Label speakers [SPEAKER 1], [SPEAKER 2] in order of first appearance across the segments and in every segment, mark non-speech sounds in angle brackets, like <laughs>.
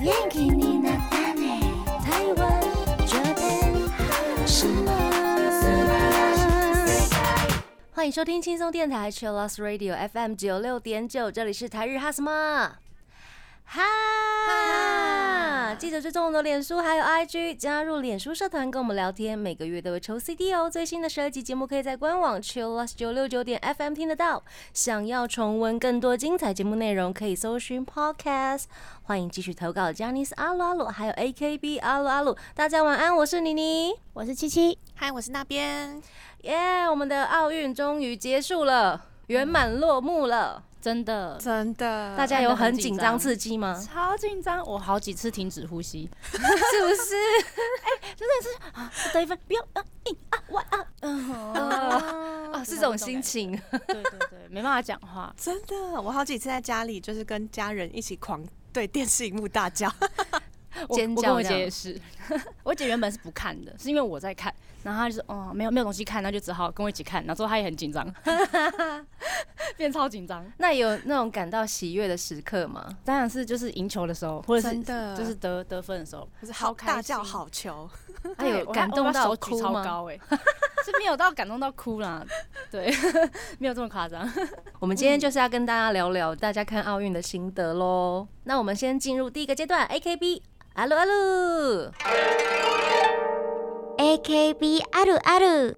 [SPEAKER 1] 元気になったね台湾上天什么
[SPEAKER 2] 欢迎收听轻松电台 c h i l l o s Radio FM 九六点九，这里是台日哈什么哈，记得追踪我们的脸书还有 IG，加入脸书社团跟我们聊天，每个月都会抽 CD 哦。最新的十二集节目可以在官网 c h i l l o s 九六九点 FM 听得到。想要重温更多精彩节目内容，可以搜寻 Podcast。欢迎继续投稿 j a n i c e 阿鲁阿鲁，还有 AKB 阿鲁阿鲁。大家晚安，我是妮妮。
[SPEAKER 3] 我是七七，
[SPEAKER 4] 嗨，我是那边。
[SPEAKER 2] 耶我们的奥运终于结束了，圆满落幕了。
[SPEAKER 3] 真的
[SPEAKER 4] 真的
[SPEAKER 2] 大家有很紧
[SPEAKER 3] 真的
[SPEAKER 2] 张
[SPEAKER 3] 很紧张
[SPEAKER 2] 刺激吗？
[SPEAKER 3] 超紧张，我好几次停止呼吸，
[SPEAKER 2] <laughs> 是不 <laughs> 是？
[SPEAKER 3] 得一分不要啊硬啊歪啊，嗯
[SPEAKER 2] 啊，哦是这种心情。
[SPEAKER 3] 对对对，没办法讲 <laughs> 话，
[SPEAKER 4] 真的，我好几次在家里就是跟家人一起狂对电视荧幕大叫，
[SPEAKER 3] 我
[SPEAKER 2] 尖
[SPEAKER 3] 我
[SPEAKER 2] 叫
[SPEAKER 3] 跟我
[SPEAKER 2] 这
[SPEAKER 3] 姐
[SPEAKER 2] 样
[SPEAKER 3] 也是， <laughs> 我姐原本是不看的，是因为我在看，然后她就说哦没有没有东西看，那就只好跟我一起看，然后之后她也很紧 <laughs> 张，变超紧张。
[SPEAKER 2] 那有那种感到喜悦的时刻吗？
[SPEAKER 3] 当然是就是赢球的时候，或者是
[SPEAKER 4] 真的
[SPEAKER 3] 就是得得分的时候，
[SPEAKER 4] 就是好
[SPEAKER 3] 开心
[SPEAKER 4] 大叫好球，
[SPEAKER 2] 还有
[SPEAKER 3] 对我
[SPEAKER 2] 感
[SPEAKER 3] 我
[SPEAKER 2] 动
[SPEAKER 3] 把
[SPEAKER 2] 到
[SPEAKER 3] 手举
[SPEAKER 2] 哭
[SPEAKER 3] 超
[SPEAKER 2] 吗？
[SPEAKER 3] 高哎、 <laughs> 是没有到感动到哭啦，对， <laughs> 没有这么夸张。
[SPEAKER 2] 我们今天就是要跟大家聊聊大家看奥运的心得喽。那我们先进入第一个阶段，AKB。阿鲁阿鲁，
[SPEAKER 1] AKB あるある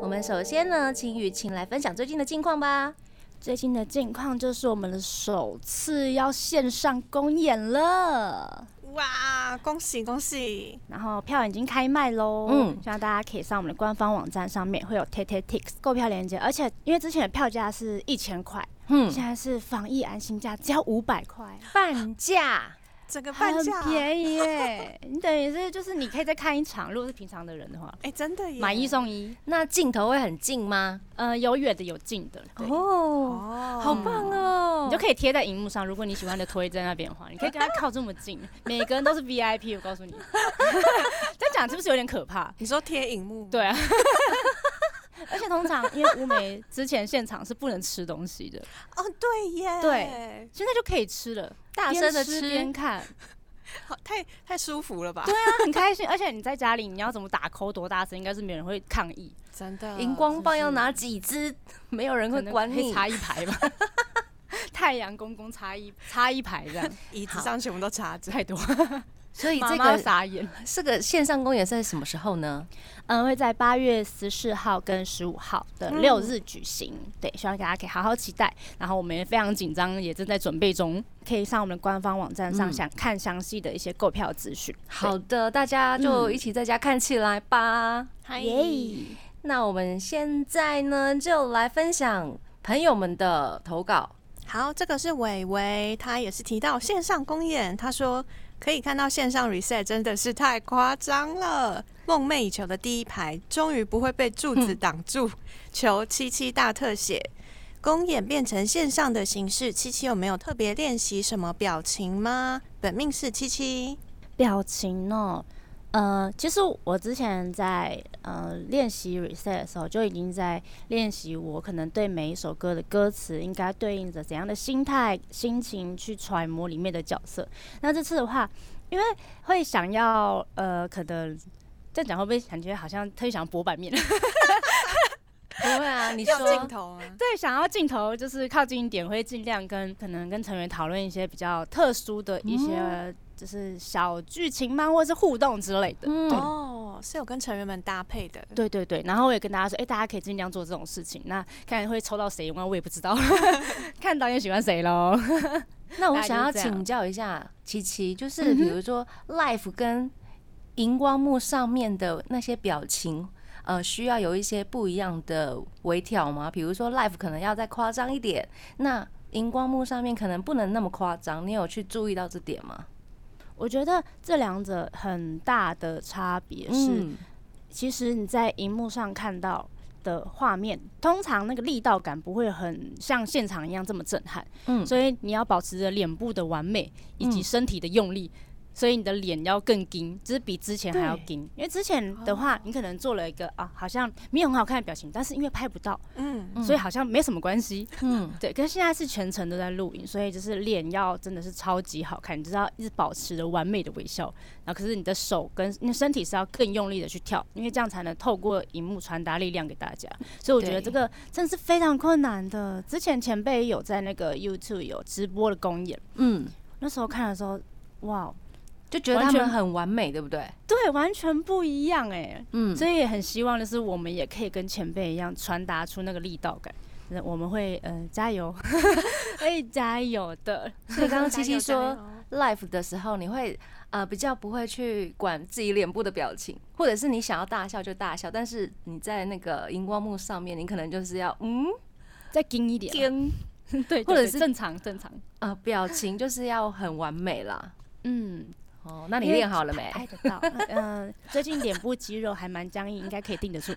[SPEAKER 2] 我们首先呢，请雨晴来分享最近的近况吧。
[SPEAKER 3] 最近的近况就是我们的首次要线上公演了，
[SPEAKER 4] 哇，恭喜恭喜！
[SPEAKER 3] 然后票已经开卖喽，
[SPEAKER 2] 嗯
[SPEAKER 3] 嗯，希望大家可以上我们的官方网站上面会有 t t Tix 购票链接，而且因为之前的票价是一千块，
[SPEAKER 2] 嗯，
[SPEAKER 3] 现在是防疫安心价，只要五百块。
[SPEAKER 2] 半价，
[SPEAKER 4] 整个 <laughs> 半
[SPEAKER 3] 很
[SPEAKER 4] 价，哎、
[SPEAKER 3] 便宜耶！你等于是就是你可以再看一场，如果是平常的人
[SPEAKER 4] <laughs>
[SPEAKER 3] 的话，
[SPEAKER 4] 哎真的耶，
[SPEAKER 3] 买一送一，
[SPEAKER 2] 那镜头会很近吗？
[SPEAKER 3] 呃，有远的有近的，对，
[SPEAKER 2] 哦，
[SPEAKER 4] 哦，
[SPEAKER 2] 好棒哦！
[SPEAKER 3] 你就可以贴在荧幕上。如果你喜欢的推在那边的话，你可以跟他靠这么近， <laughs> 每个人都是 VIP。我告诉你， <laughs> 这样讲是不是有点可怕？
[SPEAKER 4] 你说贴荧幕，，
[SPEAKER 3] 对啊。 <laughs> 而且通常，因为乌梅之前现场是不能吃东西的，
[SPEAKER 4] 哦对耶，
[SPEAKER 3] 对，现在就可以吃了，
[SPEAKER 2] 大
[SPEAKER 3] 边
[SPEAKER 2] 声的
[SPEAKER 3] 吃
[SPEAKER 2] 吃
[SPEAKER 3] 边，看，
[SPEAKER 4] 好太太舒服了吧？
[SPEAKER 3] 对，啊，很开心。而且你在家里，你要怎么打扣多大声，应该是没有人会抗议，
[SPEAKER 4] 真的
[SPEAKER 2] 荧光棒要拿几支，没有人会
[SPEAKER 3] 可能
[SPEAKER 2] 管
[SPEAKER 3] 可以
[SPEAKER 2] 你。
[SPEAKER 3] 插一
[SPEAKER 2] <laughs>
[SPEAKER 3] 排吧。太阳公公插一插一排
[SPEAKER 2] <laughs>
[SPEAKER 3] 这样，
[SPEAKER 4] 椅子上全部都插着，
[SPEAKER 3] 太多，
[SPEAKER 2] 所以
[SPEAKER 3] 妈
[SPEAKER 2] 这
[SPEAKER 3] 妈
[SPEAKER 2] 个
[SPEAKER 3] 傻眼。
[SPEAKER 2] 这个线上公演是在什么时候呢？
[SPEAKER 3] 嗯，会在八月十四号跟十五号的六日举行，对，希望大家可以好好期待。然后我们也非常紧张，也正在准备中，可以上我们的官方网站上
[SPEAKER 2] 嗯
[SPEAKER 3] 想看详细的一些购票资讯。
[SPEAKER 2] 好的，大家就一起在家看起来吧。
[SPEAKER 3] 对，
[SPEAKER 4] 嗨
[SPEAKER 3] 耶！
[SPEAKER 2] 那我们现在呢，就来分享朋友们的投稿。
[SPEAKER 4] 好，这个是伟伟，他也是提到线上公演，他说可以看到线上 reset 真的是太夸张了，梦寐以求的第一排终于不会被柱
[SPEAKER 2] 嗯
[SPEAKER 4] 子挡住，求七七大特写。公演变成线上的形式，七七有没有特别练习什么表情吗？本命是七七，
[SPEAKER 3] 表情哦，呃，其实我之前在呃练习 reset 的时候，就已经在练习我可能对每一首歌的歌词应该对应着怎样的心态、心情去揣摩里面的角色。那这次的话，因为会想要呃，可能这样讲会不会感觉好像特别想博版面？ <laughs>
[SPEAKER 2] 不会啊，你
[SPEAKER 4] 要镜
[SPEAKER 2] 说
[SPEAKER 4] 头啊，
[SPEAKER 3] 对，想要镜头就是靠近一点，会尽量跟可能跟成员讨论一些比较特殊的一些就是小剧情吗，或者是互动之类的。
[SPEAKER 2] 嗯，
[SPEAKER 4] 哦，是有跟成员们搭配的，
[SPEAKER 3] 对对对，然后我也跟大家说，哎、大家可以尽量做这种事情。那看会抽到谁，我我也不知道， <laughs> 看导演喜欢谁喽。
[SPEAKER 2] 那我
[SPEAKER 3] 大概
[SPEAKER 2] 想
[SPEAKER 3] 就
[SPEAKER 2] 要
[SPEAKER 3] 这样
[SPEAKER 2] 请教一下琪琪，就是比如说 Life 跟荧光幕上面的那些表情。呃，需要有一些不一样的微调吗？比如说，life 可能要再夸张一点，那荧光幕上面可能不能那么夸张。你有去注意到这点吗？
[SPEAKER 3] 我觉得这两者很大的差别是，
[SPEAKER 2] 嗯
[SPEAKER 3] 其实你在荧幕上看到的画面，通常那个力道感不会很像现场一样这么震撼，
[SPEAKER 2] 嗯
[SPEAKER 3] 所以你要保持着脸部的完美以及
[SPEAKER 2] 嗯
[SPEAKER 3] 身体的用力。所以你的脸要更紧，就是比之前还要
[SPEAKER 2] 对
[SPEAKER 3] 紧。因为之前的话，你可能做了一个啊，好像没有很好看的表情，但是因为拍不到，
[SPEAKER 4] 嗯，
[SPEAKER 3] 所以好像没什么关系。 <laughs>
[SPEAKER 2] 嗯，
[SPEAKER 3] 对，可是现在是全程都在录影，所以就是脸要真的是超级好看，你就是要一直保持着完美的微笑。然后可是你的手跟你的身体是要更用力的去跳，因为这样才能透过荧幕传达力量给大家。所以我觉得
[SPEAKER 2] 对
[SPEAKER 3] 这个真的是非常困难的。之前前辈有在那个 YouTube 有直播的公演，
[SPEAKER 2] <laughs> 嗯，
[SPEAKER 3] 那时候看的时候，哇，
[SPEAKER 2] 就觉得
[SPEAKER 3] 完
[SPEAKER 2] 他们
[SPEAKER 3] 全
[SPEAKER 2] 很完美，对不
[SPEAKER 3] <laughs>
[SPEAKER 2] 对？
[SPEAKER 3] 对，完全不一样哎、
[SPEAKER 2] 嗯，
[SPEAKER 3] 所以也很希望就是我们也可以跟前辈一样传达出那个力道感。那我们会呃加油， <laughs> 会加油的。
[SPEAKER 2] 所以刚刚七七
[SPEAKER 4] 加油
[SPEAKER 2] 说 live 的时候，你会呃比较不会去管自己脸部的表情，或者是你想要大笑就大笑，但是你在那个荧光幕上面，你可能就是要嗯
[SPEAKER 3] 再精一点啊，
[SPEAKER 2] 跟
[SPEAKER 3] <laughs> 对，
[SPEAKER 2] 或
[SPEAKER 3] 或
[SPEAKER 2] 者
[SPEAKER 3] 者
[SPEAKER 2] 是
[SPEAKER 3] 是正常正常。
[SPEAKER 2] 呃表情就是要很完美啦。
[SPEAKER 3] 嗯，
[SPEAKER 2] 哦，那你
[SPEAKER 3] 因为
[SPEAKER 2] 练好了没？
[SPEAKER 3] 拍得到。 <laughs> 嗯、最近脸部肌肉还蛮僵硬，应该可以定得 <laughs> 住。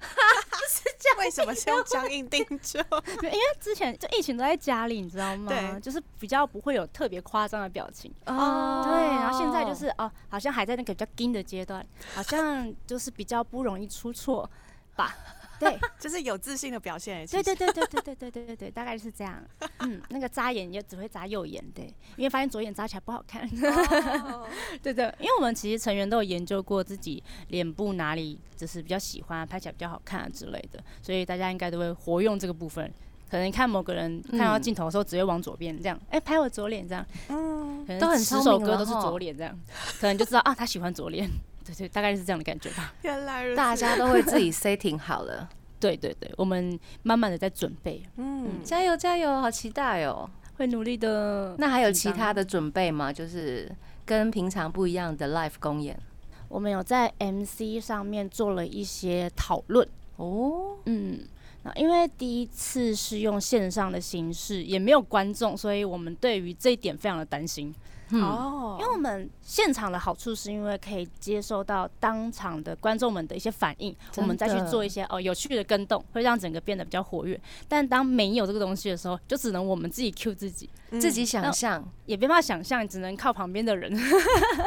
[SPEAKER 4] 为什么是用僵硬定住？ <laughs>
[SPEAKER 3] 因为之前就疫情都在家里，你知道吗？
[SPEAKER 4] 对
[SPEAKER 3] 就是比较不会有特别夸张的表情。
[SPEAKER 2] 哦
[SPEAKER 3] 对，然后现在就是哦，好像还在那个比较硬的阶段，好像就是比较不容易出错吧。对，
[SPEAKER 4] 就是有自信的表现。欸其
[SPEAKER 3] 对对
[SPEAKER 4] 实
[SPEAKER 3] 对对对对对对对对，大概是这样。嗯，那个眨眼也只会眨右眼，对，因为发现左眼眨起来不好看。 <laughs>
[SPEAKER 4] 哦
[SPEAKER 3] 对的，因为我们其实成员都有研究过自己脸部哪里就是比较喜欢，拍起来比较好看啊之类的，所以大家应该都会活用这个部分。可能你看某个人看到
[SPEAKER 2] 嗯
[SPEAKER 3] 镜头的时候，只会往左边这样，哎、拍我左脸这样，
[SPEAKER 4] 嗯，
[SPEAKER 3] 可能
[SPEAKER 2] 都很
[SPEAKER 3] 十
[SPEAKER 2] 聪
[SPEAKER 3] 首
[SPEAKER 2] 明
[SPEAKER 3] 歌
[SPEAKER 2] 了
[SPEAKER 3] 都是
[SPEAKER 2] 吼
[SPEAKER 3] 左脸这样，可能就知道啊，他喜欢左脸。对对，大概是这样的感觉吧。
[SPEAKER 4] <laughs> 原来如此。
[SPEAKER 2] <laughs> 大家都会自己 setting 好了，
[SPEAKER 3] 对对对，我们慢慢的在准备，
[SPEAKER 4] 嗯，
[SPEAKER 2] 加油加油，好期待哦！
[SPEAKER 3] 会努力的。
[SPEAKER 2] 那还有其他的准备吗？就是跟平常不一样的 live 公演
[SPEAKER 3] 我们有在 MC 上面做了一些讨论，
[SPEAKER 2] 哦，
[SPEAKER 3] 嗯，那因为第一次是用线上的形式，也没有观众，所以我们对于这一点非常的担心。
[SPEAKER 2] 嗯，
[SPEAKER 4] 哦
[SPEAKER 3] 因为我们现场的好处是因为可以接收到当场的观众们的一些反应，我
[SPEAKER 2] 真
[SPEAKER 3] 们再去
[SPEAKER 2] 的
[SPEAKER 3] 做一些哦有趣的跟动，会让整个变得比较活跃。但当没有这个东西的时候，就只能我们自己 Q 自己，
[SPEAKER 4] 嗯
[SPEAKER 2] 自己想象，
[SPEAKER 3] 也没办法想象，只能靠旁边的人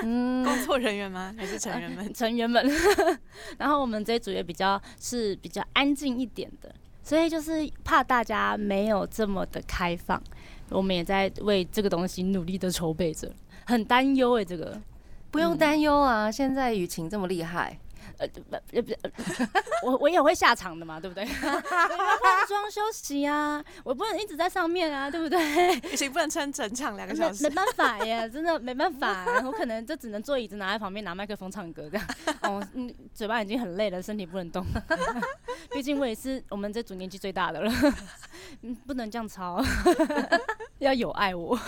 [SPEAKER 2] 嗯，
[SPEAKER 4] 工作人员吗？还是成员
[SPEAKER 3] <laughs>
[SPEAKER 4] 们？
[SPEAKER 3] 成员们。然后我们这一组也比较是比较安静一点的，所以就是怕大家没有这么的开放，我们也在为这个东西努力的筹备着，很担忧哎，这个
[SPEAKER 2] 不用担忧啊，现在雨晴这么厉害， <laughs>
[SPEAKER 3] 我我也会下场的嘛，对不 <laughs> 对？我要化妆休息啊，我不能一直在上面啊，对不对？
[SPEAKER 4] 已经不能撑整场两个
[SPEAKER 3] 没
[SPEAKER 4] 小时
[SPEAKER 3] 没。办法耶，
[SPEAKER 2] <laughs>
[SPEAKER 3] 真的没办法，我可能就只能坐椅子拿在旁边拿麦克风唱歌这
[SPEAKER 2] <laughs>
[SPEAKER 3] 样。哦，嗯，嘴巴已经很累了，身体不能动， <laughs> 毕竟我也是我们这组年纪最大的了， <laughs> 嗯，不能这样操， <laughs> 要有爱我。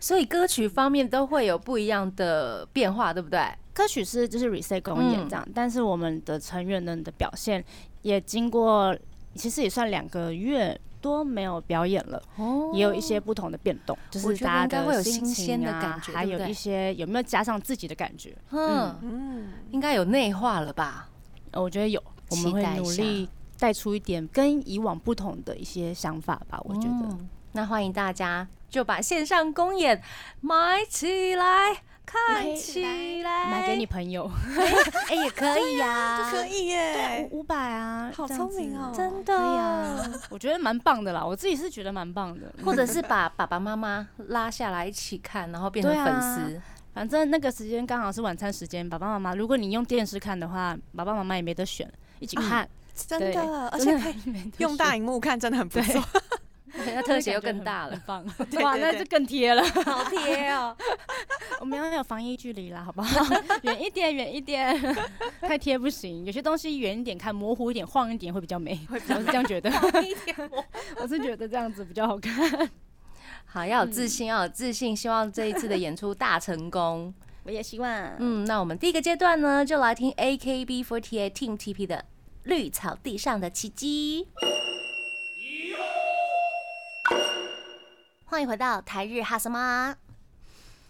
[SPEAKER 2] 所以歌曲方面都会有不一样的变化，对不对？
[SPEAKER 3] 歌曲是就是 reset 公演这样，但是我们的成员们的表现也经过，其实也算两个月多没有表演了。
[SPEAKER 2] 哦
[SPEAKER 3] 也有一些不同的变动，就
[SPEAKER 2] 我
[SPEAKER 3] 是
[SPEAKER 2] 觉得
[SPEAKER 3] 大
[SPEAKER 2] 应该
[SPEAKER 3] 家
[SPEAKER 2] 会有
[SPEAKER 3] 的心
[SPEAKER 2] 新鲜
[SPEAKER 3] 情
[SPEAKER 2] 的
[SPEAKER 3] 啊
[SPEAKER 2] 感觉
[SPEAKER 3] 还
[SPEAKER 2] 对不
[SPEAKER 3] 有
[SPEAKER 2] 对
[SPEAKER 3] 一些有没有加上自己的感觉。
[SPEAKER 2] 嗯，
[SPEAKER 4] 嗯，
[SPEAKER 2] 应该有内化了吧？
[SPEAKER 3] 呃，我觉得有，我
[SPEAKER 2] 期
[SPEAKER 3] 们会
[SPEAKER 2] 待一
[SPEAKER 3] 努
[SPEAKER 2] 下
[SPEAKER 3] 力带出一点跟以往不同的一些想法吧。我觉得，
[SPEAKER 2] 嗯那欢迎大家就把线上公演买起来，看起来，
[SPEAKER 3] 买给你，朋友
[SPEAKER 2] 哎，也啊可以 <laughs> 呀，
[SPEAKER 4] 可以
[SPEAKER 2] 哎
[SPEAKER 4] 耶，
[SPEAKER 3] <laughs> 五百
[SPEAKER 2] <laughs>
[SPEAKER 3] 啊，
[SPEAKER 4] 好
[SPEAKER 3] 这样
[SPEAKER 4] 聪明
[SPEAKER 3] 子
[SPEAKER 4] 哦
[SPEAKER 2] 真
[SPEAKER 3] 可以
[SPEAKER 2] 的。
[SPEAKER 3] 啊，我觉得蛮棒的啦，我自己是觉得蛮棒的。
[SPEAKER 2] 或者是把爸爸妈妈拉下来一起看，然后变成
[SPEAKER 3] 对啊
[SPEAKER 2] 粉 <laughs> 丝。
[SPEAKER 3] 反正那个时间刚好是晚餐时间，爸爸妈妈，如果你用电视看的话，爸爸妈妈也没得选，一起 <laughs> 看，
[SPEAKER 4] 真
[SPEAKER 3] 对
[SPEAKER 4] 的，而且
[SPEAKER 3] 真的
[SPEAKER 4] 可以
[SPEAKER 3] 没得
[SPEAKER 4] 用
[SPEAKER 3] 选
[SPEAKER 4] 大荧幕看，真的很不 <laughs> 错。
[SPEAKER 2] 那特写又更大了，
[SPEAKER 3] 棒，
[SPEAKER 4] 对
[SPEAKER 3] 哇，
[SPEAKER 4] 对
[SPEAKER 3] 那
[SPEAKER 4] 对
[SPEAKER 3] 就更贴了。
[SPEAKER 2] 好贴哦！
[SPEAKER 3] <laughs> 我们要有防疫距离啦，好不好？ <laughs> 远一点，远一点， <laughs> 太贴不行。有些东西远一点看，模糊一点，晃一点会比较美。 <laughs> 我是这样觉得， <laughs> 我是觉得这样子比较好看。
[SPEAKER 2] 好，要有自
[SPEAKER 3] 嗯
[SPEAKER 2] 信，要有自信，希望这一次的演出大成功。
[SPEAKER 3] <laughs> 我也希望
[SPEAKER 2] 嗯，那我们第一个阶段呢，就来听 AKB48 Team TP 的《绿草地上的奇迹》。欢迎回到台日哈什么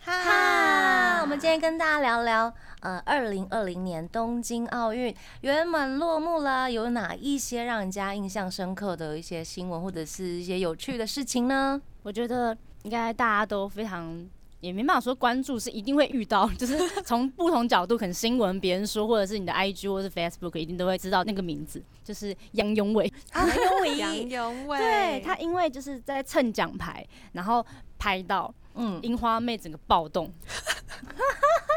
[SPEAKER 2] 哈！我们今天跟大家聊聊，呃，二零二零年东京奥运圆满落幕了，有哪一些让人家印象深刻的一些新闻，或者是一些有趣的事情呢？
[SPEAKER 3] 我觉得应该大家都非常也没办法说关注，是一定会遇到，就是从不同角度，可能新闻别人说，或者是你的 IG 或是 Facebook，一定都会知道那个名字，就是杨永伟。
[SPEAKER 2] 杨永伟，
[SPEAKER 4] 杨永伟，
[SPEAKER 3] 对他，因为就是在蹭奖牌，然后拍到
[SPEAKER 2] 嗯，
[SPEAKER 3] 樱花妹整个
[SPEAKER 2] <laughs>
[SPEAKER 3] 暴动，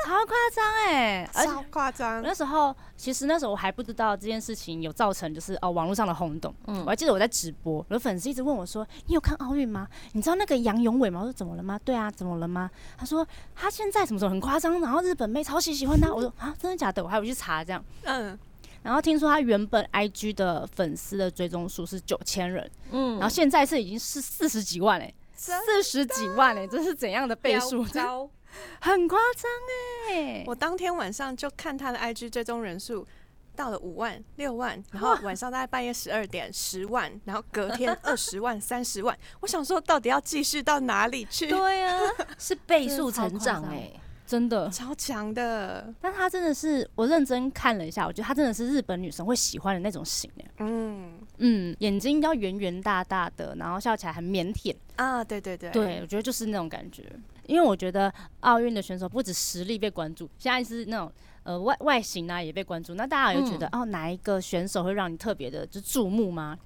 [SPEAKER 3] 超夸张哎！而且
[SPEAKER 4] 超夸张，
[SPEAKER 3] 那时候，其实那时候我还不知道这件事情有造成就是哦网络上的轰动。
[SPEAKER 2] 嗯
[SPEAKER 3] 我还记得我在直播，我的粉丝一直问我说：“你有看奥运吗？你知道那个杨永伟吗？”我说：“怎么了吗？”对啊，怎么了吗？他说：“他现在什么什么很夸张，然后日本妹超级喜欢
[SPEAKER 2] <laughs>
[SPEAKER 3] 他。”我说：“啊，真的假的？”我还有去查这样，
[SPEAKER 4] 嗯，
[SPEAKER 3] 然后听说他原本 IG 的粉丝的追踪数是九千人，
[SPEAKER 2] 嗯，
[SPEAKER 3] 然后现在是已经是四十几万嘞、欸
[SPEAKER 4] 真
[SPEAKER 3] 四十几万嘞、这是怎样的倍数？真的
[SPEAKER 2] 高，
[SPEAKER 3] 很夸张哎！
[SPEAKER 4] <laughs> 我当天晚上就看他的 IG 追踪人数到了五万、六万，然后晚上大概半夜十二点十万，然后隔天二十万、三十万。我想说，到底要继续到哪里去？
[SPEAKER 2] 对
[SPEAKER 3] <laughs>
[SPEAKER 2] 啊，是倍数成长
[SPEAKER 3] 真的超夸张
[SPEAKER 2] 哎、
[SPEAKER 3] 欸真的
[SPEAKER 4] 超强的，
[SPEAKER 3] 但她真的是，我认真看了一下，我觉得她真的是日本女神会喜欢的那种型耶
[SPEAKER 4] 嗯
[SPEAKER 3] 嗯，眼睛要圆圆大大的，然后笑起来很腼腆。
[SPEAKER 4] 啊，对对对，
[SPEAKER 3] 对，我觉得就是那种感觉。因为我觉得奥运的选手不止实力被关注，现在是那种呃外外形啊也被关注。那大家有觉得、哦哪一个选手会让你特别的就注目吗？